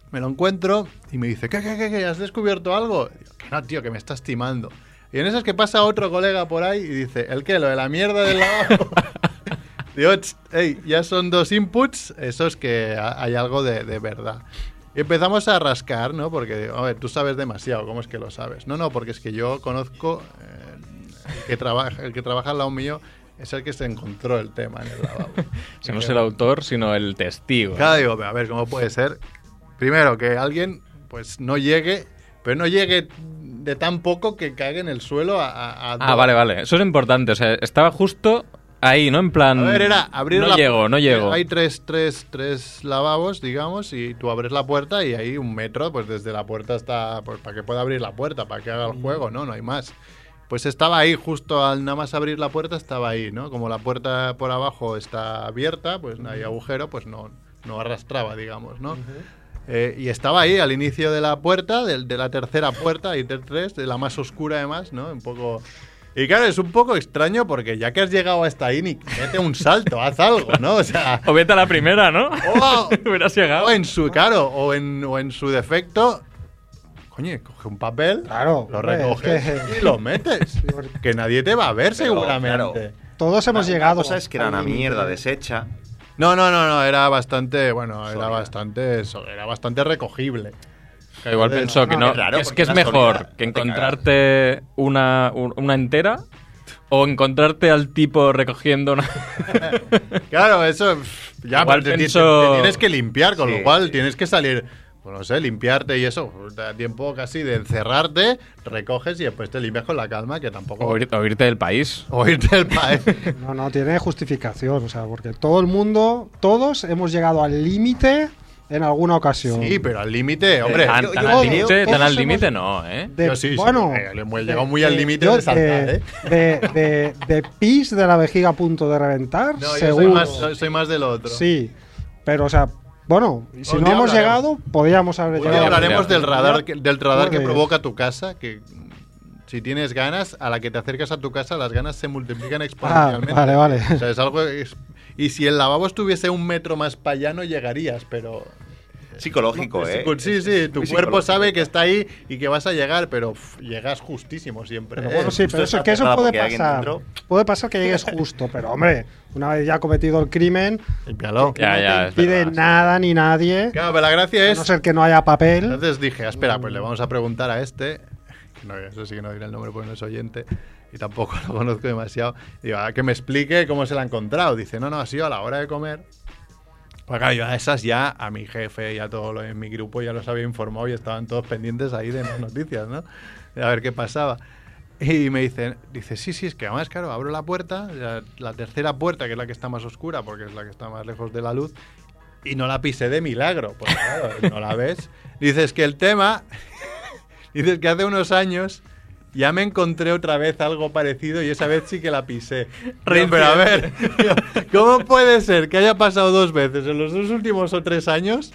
Speaker 7: me lo encuentro y me dice, ¿qué, qué, qué, qué? ¿Has descubierto algo? Y digo, que no, tío, que me estás timando. Y en esas que pasa otro colega por ahí y dice, ¿el qué? ¿Lo de la mierda del lavabo? digo, "Tss, ey, ya son dos inputs, esos que ha- hay algo de, de verdad. Y empezamos a rascar, ¿no? Porque, digo, a ver, tú sabes demasiado, ¿cómo es que lo sabes? No, no, porque es que yo conozco eh, el que trabaja, el que trabaja al lado mío es el que se encontró el tema en el lavabo.
Speaker 8: Si no es el autor, sino el testigo.
Speaker 7: Claro, digo, a ver, ¿cómo puede ser? Primero, que alguien pues no llegue, pero no llegue de tan poco que caiga en el suelo a... a- a-
Speaker 8: Ah, vale, vale. Eso es importante. O sea, estaba justo ahí, ¿no? En plan.
Speaker 7: A ver, era abrir
Speaker 8: no
Speaker 7: la eh,
Speaker 8: llego, no llego.
Speaker 7: Hay tres, tres, tres lavabos, digamos, y tú abres la puerta y hay un metro, pues desde la puerta está, pues para que pueda abrir la puerta, para que haga el juego, ¿no? No hay más. Pues estaba ahí, justo al nada más abrir la puerta, estaba ahí, ¿no? Como la puerta por abajo está abierta, pues no hay agujero, pues no, no arrastraba, digamos, ¿no? Eh, y estaba ahí al inicio de la puerta, del- de, la tercera puerta, y de tres, de la más oscura además, ¿no? Un poco... Y claro, es un poco extraño porque ya que has llegado hasta ahí, ni mete un salto, haz algo, ¿no? O sea...
Speaker 8: O vete a la primera, ¿no?
Speaker 7: o a-
Speaker 8: Hubieras llegado.
Speaker 7: o en su, claro, o en, o en su defecto... Coño, coge un papel,
Speaker 6: Claro,
Speaker 7: lo
Speaker 6: hombre,
Speaker 7: recoges
Speaker 6: es que-
Speaker 7: y lo metes. Que nadie te va a ver seguramente.
Speaker 2: claro.
Speaker 6: Todos hemos llegado.
Speaker 2: La cosa es que era
Speaker 6: al
Speaker 2: una
Speaker 6: límite.
Speaker 2: mierda deshecha.
Speaker 7: No, no, no, no, era bastante, bueno, era
Speaker 2: Sólida.
Speaker 7: bastante, so- era bastante recogible.
Speaker 8: Que Igual pensó que no.
Speaker 2: es raro,
Speaker 8: es
Speaker 2: porque
Speaker 8: que es
Speaker 2: era
Speaker 8: mejor
Speaker 2: sólida,
Speaker 8: que
Speaker 2: no te
Speaker 8: encontrarte una, un- una entera o encontrarte al tipo recogiendo una.
Speaker 7: Claro, eso pff, ya
Speaker 8: Igual
Speaker 7: pero te- te-
Speaker 8: pensó-
Speaker 7: te tienes que limpiar, con
Speaker 2: Sí,
Speaker 7: lo cual
Speaker 2: sí.
Speaker 7: tienes que salir, pues no sé, limpiarte y eso, te da tiempo casi de encerrarte, recoges y después te limpias con la calma, que tampoco
Speaker 8: o, ir- o irte del país.
Speaker 7: o irte al país.
Speaker 6: No, no, tiene justificación, o sea, porque todo el mundo, todos hemos llegado al límite en alguna ocasión.
Speaker 7: sí, pero al límite, hombre.
Speaker 8: Tan,
Speaker 2: yo-
Speaker 8: tan
Speaker 2: yo-
Speaker 8: al
Speaker 2: yo-
Speaker 8: límite, tan
Speaker 6: todos
Speaker 8: al
Speaker 6: hemos-
Speaker 8: límite no, ¿eh?
Speaker 6: De-
Speaker 7: Yo sí, sí,
Speaker 6: bueno,
Speaker 7: eh, le hemos
Speaker 6: de-
Speaker 7: llegado muy al
Speaker 6: de-
Speaker 7: límite
Speaker 6: yo
Speaker 7: de saltar, ¿eh?
Speaker 6: De, de, de pis de la vejiga a punto de reventar,
Speaker 7: No, yo soy
Speaker 6: seguro.
Speaker 7: más, soy, soy más del otro.
Speaker 6: Sí, pero o sea, bueno, si
Speaker 7: Un
Speaker 6: no
Speaker 7: día
Speaker 6: hemos
Speaker 7: hablaremos.
Speaker 6: llegado, podríamos haber
Speaker 7: Hoy
Speaker 6: llegado.
Speaker 7: hablaremos del radar, que- del radar que
Speaker 6: Joder.
Speaker 7: provoca tu casa, que si tienes ganas, a la que te acercas a tu casa, las ganas se multiplican
Speaker 6: Ah,
Speaker 7: exponencialmente.
Speaker 6: vale, vale.
Speaker 7: O sea, es algo. es- y si el lavabo estuviese un metro más para allá, no llegarías, pero.
Speaker 2: Psicológico, ¿eh?
Speaker 7: Pues Sí, sí, tu
Speaker 2: muy psicológico.
Speaker 7: cuerpo sabe que está ahí y que vas a llegar, pero uf, llegas justísimo siempre.
Speaker 6: Pero
Speaker 7: ¿eh?
Speaker 6: bueno, sí,
Speaker 2: justo
Speaker 6: pero eso,
Speaker 2: está
Speaker 6: que eso
Speaker 2: cerrada
Speaker 6: puede
Speaker 2: porque alguien
Speaker 6: pasar.
Speaker 2: entró.
Speaker 6: Puede pasar que llegues justo, pero hombre, una vez ya cometido el crimen,
Speaker 7: Límpialo.
Speaker 8: Ya,
Speaker 6: no
Speaker 8: ya,
Speaker 6: te
Speaker 8: es
Speaker 6: impide
Speaker 8: verdad, sí.
Speaker 6: nada ni nadie,
Speaker 7: Claro, pero la gracia
Speaker 6: a
Speaker 7: es.
Speaker 6: no ser que no haya papel.
Speaker 7: Entonces dije, "Ah, espera, pues le vamos a preguntar a este, que no, eso sí que no diré el nombre porque no es oyente y tampoco lo conozco demasiado. Digo, "Ah, que me explique cómo se la ha encontrado. Dice, no, no, ha sido a la hora de comer. Pues claro, yo a esas ya, a mi jefe y a todos los en mi grupo ya los había informado y estaban todos pendientes ahí de mis noticias, ¿no? De a ver qué pasaba. Y me dicen, dice, sí, sí, es que además, claro, abro la puerta, la, la tercera puerta, que es la que está más oscura, porque es la que está más lejos de la luz, y no la pisé de milagro, pues claro, no la ves. Dices que el tema, dices que hace unos años ya me encontré otra vez algo parecido y esa vez sí que la pisé. Digo, pero a ver, ¿cómo puede ser que haya pasado dos veces en los dos últimos o tres años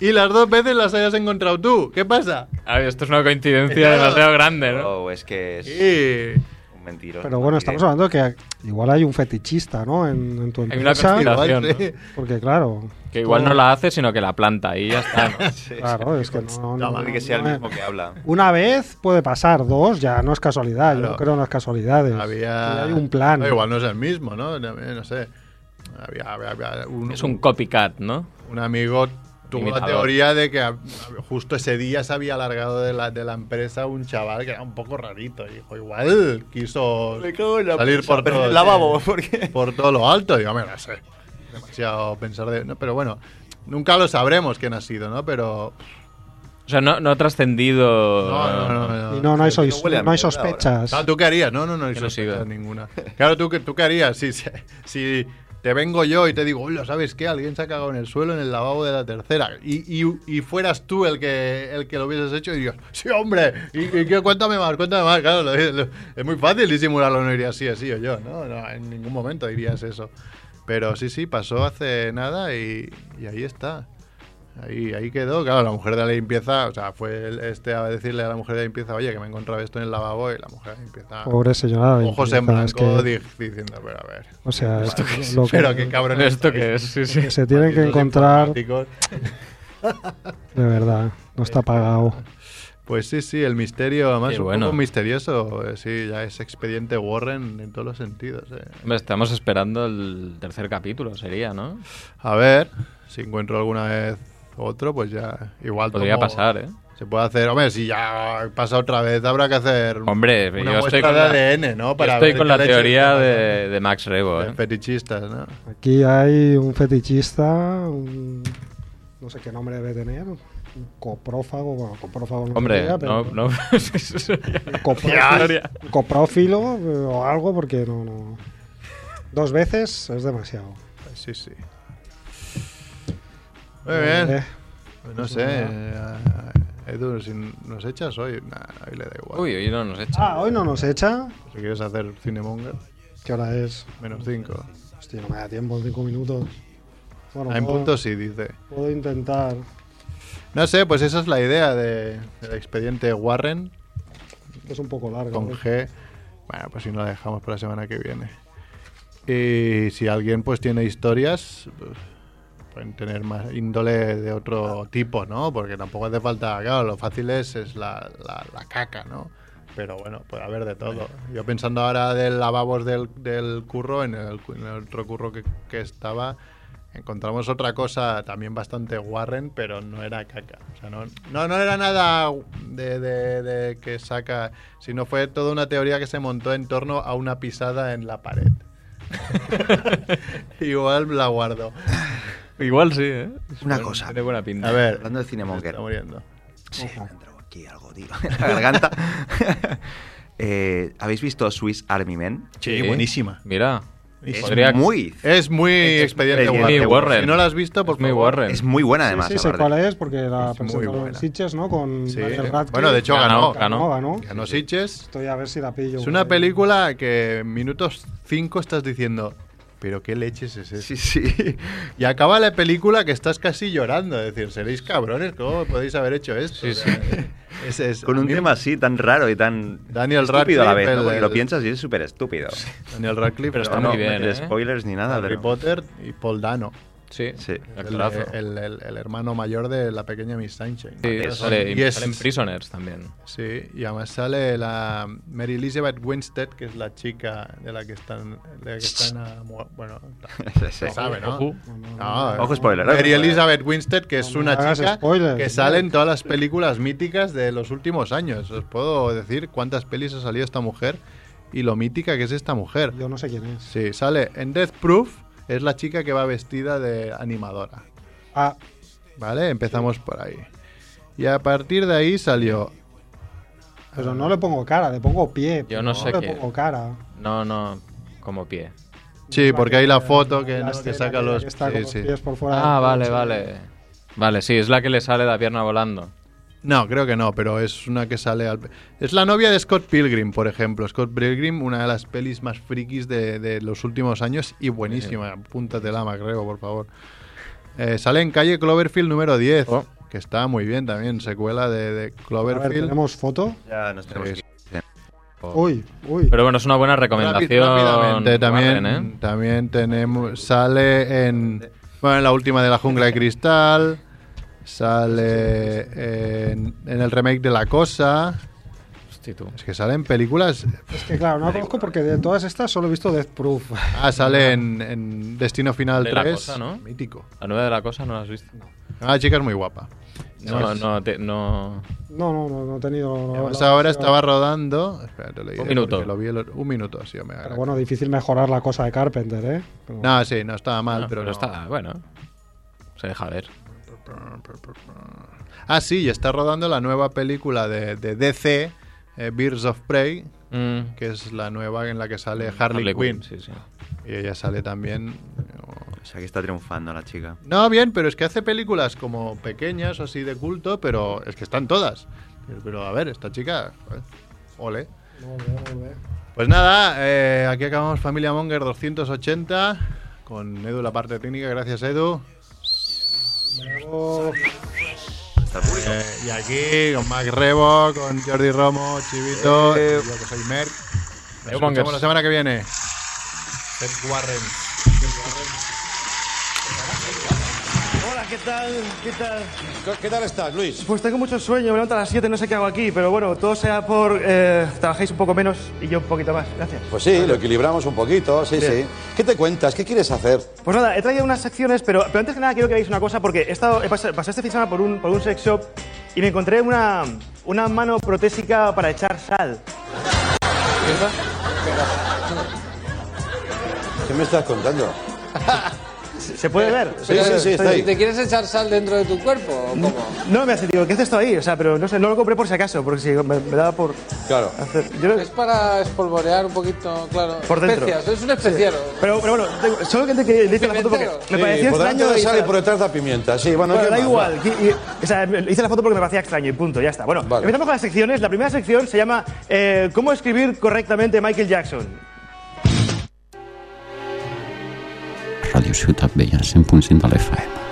Speaker 7: y las dos veces las hayas encontrado tú? ¿Qué pasa?
Speaker 8: A ver, esto es una coincidencia
Speaker 7: Claro.
Speaker 8: demasiado grande, ¿no?
Speaker 2: Oh, es que es
Speaker 7: Y-
Speaker 2: un mentiroso.
Speaker 6: Pero bueno, estamos hablando de que igual hay un fetichista, ¿no? En, en tu
Speaker 8: una
Speaker 6: empresa.
Speaker 8: conspira-
Speaker 7: igual,
Speaker 8: Relación,
Speaker 7: sí.
Speaker 6: Porque claro,
Speaker 8: Que igual no la hace, sino que la planta y ya está. ¿no?
Speaker 6: claro, es que no. no,
Speaker 2: No, que sea el
Speaker 6: no, eh,
Speaker 2: mismo que habla.
Speaker 6: Una vez puede pasar, dos ya no es casualidad. Yo
Speaker 7: Claro.
Speaker 6: no creo en las casualidades.
Speaker 7: Había.
Speaker 6: Aquí hay un plan.
Speaker 7: No, igual no es el mismo, ¿no? No, no sé. Había, había- había un,
Speaker 8: Es un copycat, ¿no?
Speaker 7: un amigo tuvo la
Speaker 8: Imitador.
Speaker 7: teoría de que a- justo ese día se había alargado de la, de la empresa un chaval que era un poco rarito. Y dijo, igual quiso salir por todo,
Speaker 2: el lavabo, porque.
Speaker 7: por todo lo alto. Digo, mira, no sé. Demasiado pensar de. no, pero bueno, nunca lo sabremos quién ha sido, ¿no? Pero.
Speaker 8: O sea, no, no ha trascendido.
Speaker 7: No, no, no. no.
Speaker 6: Y no, no hay,
Speaker 2: Pero que
Speaker 6: sois-
Speaker 2: no huele a
Speaker 6: no hay
Speaker 2: mierda
Speaker 6: sospechas.
Speaker 7: Ah, ¿Tú qué harías? No, no, no, hay
Speaker 8: Que no
Speaker 7: sospechas
Speaker 8: siga.
Speaker 7: ninguna. Claro, ¿tú, qué- ¿tú qué harías? Si, se- si te vengo yo y te digo, hola, ¿sabes qué? Alguien se ha cagado en el suelo en el lavabo de la tercera. Y, y- y fueras tú el que, el que lo hubieses hecho y dirías, sí, hombre, y, y qué? cuéntame más, cuéntame más. Claro, lo- lo- es muy fácil disimularlo, no dirías sí, sí o yo, ¿no? No, En ningún momento dirías eso. Pero sí, sí, pasó hace nada y, y ahí está. Ahí, ahí quedó, claro, la mujer de la limpieza, o sea, fue el- este a decirle a la mujer de la limpieza, oye, que me he encontrado esto en el lavabo y la mujer de la limpieza,
Speaker 6: Pobre señora.
Speaker 7: ojos en
Speaker 6: limpieza, es
Speaker 7: blanco,
Speaker 6: que-
Speaker 7: di- diciendo, pero a ver,
Speaker 6: O sea, esto lo que,
Speaker 7: pero qué cabrón
Speaker 8: ¿Esto qué es? Sí, sí.
Speaker 6: que se tienen que encontrar, de verdad, no está pagado.
Speaker 7: Pues sí, sí, el misterio, además,
Speaker 8: Qué
Speaker 7: un
Speaker 8: bueno.
Speaker 7: poco misterioso, eh, sí, ya es expediente Warren en todos los sentidos. eh.
Speaker 8: Hombre, estamos esperando el tercer capítulo, sería, ¿no?
Speaker 7: A ver, si encuentro alguna vez otro, pues ya, igual
Speaker 8: Podría
Speaker 7: tomo-
Speaker 8: pasar, ¿eh?
Speaker 7: Se puede hacer, hombre, si ya pasa otra vez, habrá que hacer
Speaker 8: Hombre,
Speaker 7: una
Speaker 8: yo estoy
Speaker 7: muestra
Speaker 8: con
Speaker 7: de
Speaker 8: la,
Speaker 7: ADN, ¿no?
Speaker 8: yo estoy
Speaker 7: ver
Speaker 8: con
Speaker 7: qué
Speaker 8: la
Speaker 7: leche
Speaker 8: teoría
Speaker 7: está,
Speaker 8: de, de Max Rebo.
Speaker 7: ¿no?
Speaker 8: ¿eh?
Speaker 7: De Fetichistas, ¿no?
Speaker 6: Aquí hay un fetichista, un- no sé qué nombre debe tener, un coprófago, bueno, coprófago no
Speaker 8: Hombre,
Speaker 6: sería,
Speaker 8: no,
Speaker 6: pero
Speaker 8: no.
Speaker 6: Coprófilo, coprófilo, eh, o algo porque no, no. Dos veces es demasiado.
Speaker 7: Pues Sí, sí. Muy bien.
Speaker 6: Eh,
Speaker 7: Pues no sé, eh, Edu, si nos echas hoy, nah, hoy le da igual.
Speaker 8: Uy, hoy no nos echa.
Speaker 6: Ah, hoy no nos echa.
Speaker 7: Si quieres hacer Cinemonger,
Speaker 6: ¿Qué hora es?
Speaker 7: menos 5.
Speaker 6: Hostia, no me da tiempo, cinco minutos. Bueno,
Speaker 7: Ah, En
Speaker 6: puedo-
Speaker 7: punto sí, dice.
Speaker 6: puedo intentar.
Speaker 7: No sé, pues esa es la idea de- del expediente Warren
Speaker 6: que Es un poco largo.
Speaker 7: con
Speaker 6: ¿eh?
Speaker 7: G. Bueno, pues si no la dejamos para la semana que viene. Y si alguien pues tiene historias, pues, pueden tener más índole de otro tipo, ¿no? Porque tampoco hace falta, claro, lo fácil es, es la, la- la caca, ¿no? Pero bueno, puede haber de todo. Yo pensando ahora del lavabos del, del curro, en el, cu- en el otro curro que, que estaba, encontramos otra cosa también bastante Warren, pero no era caca. O sea, no, no, no era nada de, de- de que saca, sino fue toda una teoría que se montó en torno a una pisada en la pared. Igual la guardo.
Speaker 8: Igual sí, ¿eh?
Speaker 2: Una
Speaker 8: Bueno,
Speaker 2: cosa.
Speaker 8: Tiene buena pinta.
Speaker 7: A ver,
Speaker 2: Hablando de
Speaker 7: me
Speaker 2: Cinemonger.
Speaker 7: está muriendo.
Speaker 2: Sí, me ha entrado aquí algo, tío, en la garganta. Eh, ¿Habéis visto Swiss Army Men?
Speaker 8: Sí, buenísima. Mira.
Speaker 2: Es
Speaker 8: Podría-
Speaker 2: muy...
Speaker 7: Es muy expediente
Speaker 2: Expediente
Speaker 7: Warren.
Speaker 8: Warren.
Speaker 7: Si no la has visto, por
Speaker 8: Es muy
Speaker 7: favor.
Speaker 8: Warren.
Speaker 2: Es muy buena,
Speaker 6: Sí,
Speaker 2: además.
Speaker 6: sí, sé
Speaker 2: aparte.
Speaker 6: cuál es porque la
Speaker 7: Es muy
Speaker 6: presentaron en
Speaker 7: buena.
Speaker 6: Sitges, ¿no? Con
Speaker 7: Sí.
Speaker 6: Daniel Radcliffe.
Speaker 7: Bueno, de hecho ganó.
Speaker 8: Ganó, ganó.
Speaker 6: ganó. ganó.
Speaker 7: Ganó Sitges.
Speaker 6: Estoy a ver si la pillo.
Speaker 7: Es
Speaker 6: por
Speaker 7: una
Speaker 6: ahí.
Speaker 7: película que en minutos 5 estás diciendo, pero qué leches es eso.
Speaker 2: Sí, sí.
Speaker 7: Y acaba la película que estás casi llorando. Es decir, seréis cabrones, ¿cómo podéis haber hecho esto?
Speaker 8: Sí,
Speaker 7: O sea, es- es-
Speaker 2: Con
Speaker 7: a
Speaker 2: un
Speaker 7: mí-
Speaker 2: tema así tan raro y tan
Speaker 7: Daniel
Speaker 2: estúpido a la
Speaker 7: Radcliffe,
Speaker 2: vez, ¿no?
Speaker 7: el-
Speaker 2: Porque lo
Speaker 7: el-
Speaker 2: piensas y es súper estúpido.
Speaker 7: Daniel Radcliffe,
Speaker 8: Pero está
Speaker 7: no,
Speaker 8: muy bien,
Speaker 2: No
Speaker 8: ¿eh?
Speaker 2: meter spoilers ni nada,
Speaker 7: Harry
Speaker 2: pero...
Speaker 7: Potter y Paul Dano.
Speaker 8: Sí,
Speaker 2: Sí.
Speaker 7: El,
Speaker 8: actorazo.
Speaker 7: el- el- el hermano mayor de la pequeña Miss Sunshine.
Speaker 8: Sí,
Speaker 2: Eso.
Speaker 8: sale,
Speaker 7: Y es-
Speaker 8: salen Prisoners también.
Speaker 7: Sí, y además sale la Mary Elizabeth Winstead, que es la chica de la que están, de la que están enamo- bueno,
Speaker 2: Sí, sí.
Speaker 7: se sabe, ¿no?
Speaker 8: Ojo.
Speaker 7: No, eh.
Speaker 2: Ojo, spoiler, ojo,
Speaker 7: Mary
Speaker 2: spoiler.
Speaker 7: Elizabeth Winstead, que es
Speaker 6: No me
Speaker 7: una
Speaker 6: hagas
Speaker 7: chica
Speaker 6: spoilers,
Speaker 7: que
Speaker 6: tío.
Speaker 7: sale en todas las películas míticas de los últimos años. Os puedo decir cuántas pelis ha salido esta mujer y lo mítica que es esta mujer.
Speaker 6: Yo no sé quién es.
Speaker 7: Sí, sale en Death Proof, es la chica que va vestida de animadora.
Speaker 6: Ah,
Speaker 7: ¿Vale? Empezamos por ahí. Y a partir de ahí salió
Speaker 6: pero no le pongo cara, le pongo pie.
Speaker 8: Yo
Speaker 6: pero
Speaker 8: no sé
Speaker 6: le
Speaker 8: qué-
Speaker 6: pongo cara.
Speaker 8: No, no, como pie.
Speaker 7: Sí, porque hay la foto que,
Speaker 6: La
Speaker 7: ¿no? que
Speaker 6: escena
Speaker 7: saca
Speaker 6: aquella
Speaker 7: los.
Speaker 6: que está
Speaker 7: sí,
Speaker 6: con los
Speaker 7: sí.
Speaker 6: pies por fuera.
Speaker 8: Ah,
Speaker 6: del
Speaker 8: vale,
Speaker 6: coche.
Speaker 8: vale. Vale, sí, es la que le sale la pierna volando.
Speaker 7: No, creo que no, pero es una que sale al. Es la novia de Scott Pilgrim, por ejemplo. Scott Pilgrim, una de las pelis más frikis de, de los últimos años y buenísima. Apúntate lama, creo, por favor. Eh, sale en calle Cloverfield número 10,
Speaker 8: Oh.
Speaker 7: que está muy bien también, secuela de, de
Speaker 6: A ver,
Speaker 7: Cloverfield.
Speaker 6: ¿tenemos foto?
Speaker 2: Ya nos tenemos
Speaker 7: Sí.
Speaker 2: que ir.
Speaker 6: Uy, uy.
Speaker 8: Pero bueno, es una buena
Speaker 7: Rápid-
Speaker 8: recomendación.
Speaker 7: rápidamente, también, Mm,
Speaker 8: Warren, ¿eh?
Speaker 7: también tenemos. Sale en. Bueno, en la última de La Jungla de Cristal. Sale en, en el remake de La Cosa.
Speaker 8: Hosti, tú.
Speaker 7: Es que salen películas.
Speaker 6: Es que claro, no la conozco porque de todas estas solo he visto Death Proof.
Speaker 7: Ah, sale en, en Destino Final
Speaker 8: De La
Speaker 7: 3.
Speaker 8: Cosa, ¿no?
Speaker 7: Mítico.
Speaker 8: La nueva de la cosa no la has visto.
Speaker 7: Ah, la chica es muy guapa.
Speaker 8: No, no, te- no.
Speaker 6: No, no, no, no he tenido. la-
Speaker 7: Además,
Speaker 6: la
Speaker 7: ahora
Speaker 6: opción.
Speaker 7: estaba rodando. Espera, te lo diré,
Speaker 8: minuto.
Speaker 7: porque Lo vi el otro- un minuto, sí, me
Speaker 6: Pero bueno, difícil mejorar la cosa de Carpenter, ¿eh? Pero-
Speaker 7: No, sí, no estaba mal,
Speaker 8: No,
Speaker 7: pero,
Speaker 8: Ah, pero
Speaker 7: no.
Speaker 8: está, bueno. Se deja ver.
Speaker 7: Ah, sí, y está rodando la nueva película de, de DC, eh, Birds of Prey,
Speaker 8: Mm.
Speaker 7: que es la nueva en la que sale Harley, Quinn.
Speaker 8: sí, sí.
Speaker 7: Y ella sale también. eh,
Speaker 2: O sea, que está triunfando la chica.
Speaker 7: No, bien, pero es que hace películas como pequeñas o así de culto, pero es que están todas. Pero, pero, a ver, esta chica, joder, ole.
Speaker 6: Muy bien, muy bien.
Speaker 7: Pues nada, eh, aquí acabamos Familia Monger 280 con Edu la parte técnica, gracias Edu.
Speaker 6: Luego-
Speaker 2: Hasta el público.
Speaker 7: Eh, y aquí con Mac Rebo, con Jordi Romo, Chivito,
Speaker 2: Eh.
Speaker 7: y yo que soy Merck. Nos
Speaker 8: Adiós,
Speaker 7: escuchamos
Speaker 8: Mongers.
Speaker 7: la semana que viene. Ted Warren.
Speaker 10: Hola, ¿qué tal? ¿Qué tal?
Speaker 11: ¿Qué tal estás, Luis?
Speaker 10: Pues tengo mucho sueño, me levanto a las 7, no sé qué hago aquí, pero bueno, todo sea por... eh, trabajéis un poco menos y yo un poquito más, gracias.
Speaker 11: Pues sí, lo equilibramos un poquito, sí,
Speaker 10: Bien.
Speaker 11: sí. ¿Qué te cuentas? ¿Qué quieres hacer?
Speaker 10: Pues nada, he traído unas secciones, pero, pero antes que nada quiero que veáis una cosa, porque he estado, he pas- pasé, este fin de semana por un, por un sex shop
Speaker 6: y me encontré una, una mano protésica para echar sal.
Speaker 2: ¿Qué me estás contando?
Speaker 6: ¿Se puede ver?
Speaker 2: Sí, sí, sí, está ahí.
Speaker 3: ¿Te quieres echar sal dentro de tu cuerpo o cómo?
Speaker 6: No, me hace, digo, ¿qué haces esto ahí? O sea, pero no sé, no lo compré por si acaso, porque si me, me daba por...
Speaker 2: Claro.
Speaker 3: Es para espolvorear un poquito, claro.
Speaker 6: Por dentro.
Speaker 3: Especias, es un especiero.
Speaker 6: Pero, pero bueno, tengo- solo que te que le hice la foto porque
Speaker 3: Pimentero.
Speaker 6: me
Speaker 2: Sí,
Speaker 6: parecía
Speaker 2: por delante
Speaker 6: extraño.
Speaker 2: de
Speaker 6: y-
Speaker 2: sal y por detrás da pimienta. Sí, bueno,
Speaker 6: Bueno,
Speaker 2: ¿qué
Speaker 6: da
Speaker 2: más?
Speaker 6: igual. y- y- o sea, me- hice la foto porque me parecía extraño y punto, ya está. Bueno, empezamos con las secciones. La primera sección se llama eh, ¿Cómo escribir correctamente Michael Jackson?
Speaker 12: Radio Ciutat Vella, 100.5 de l'FM.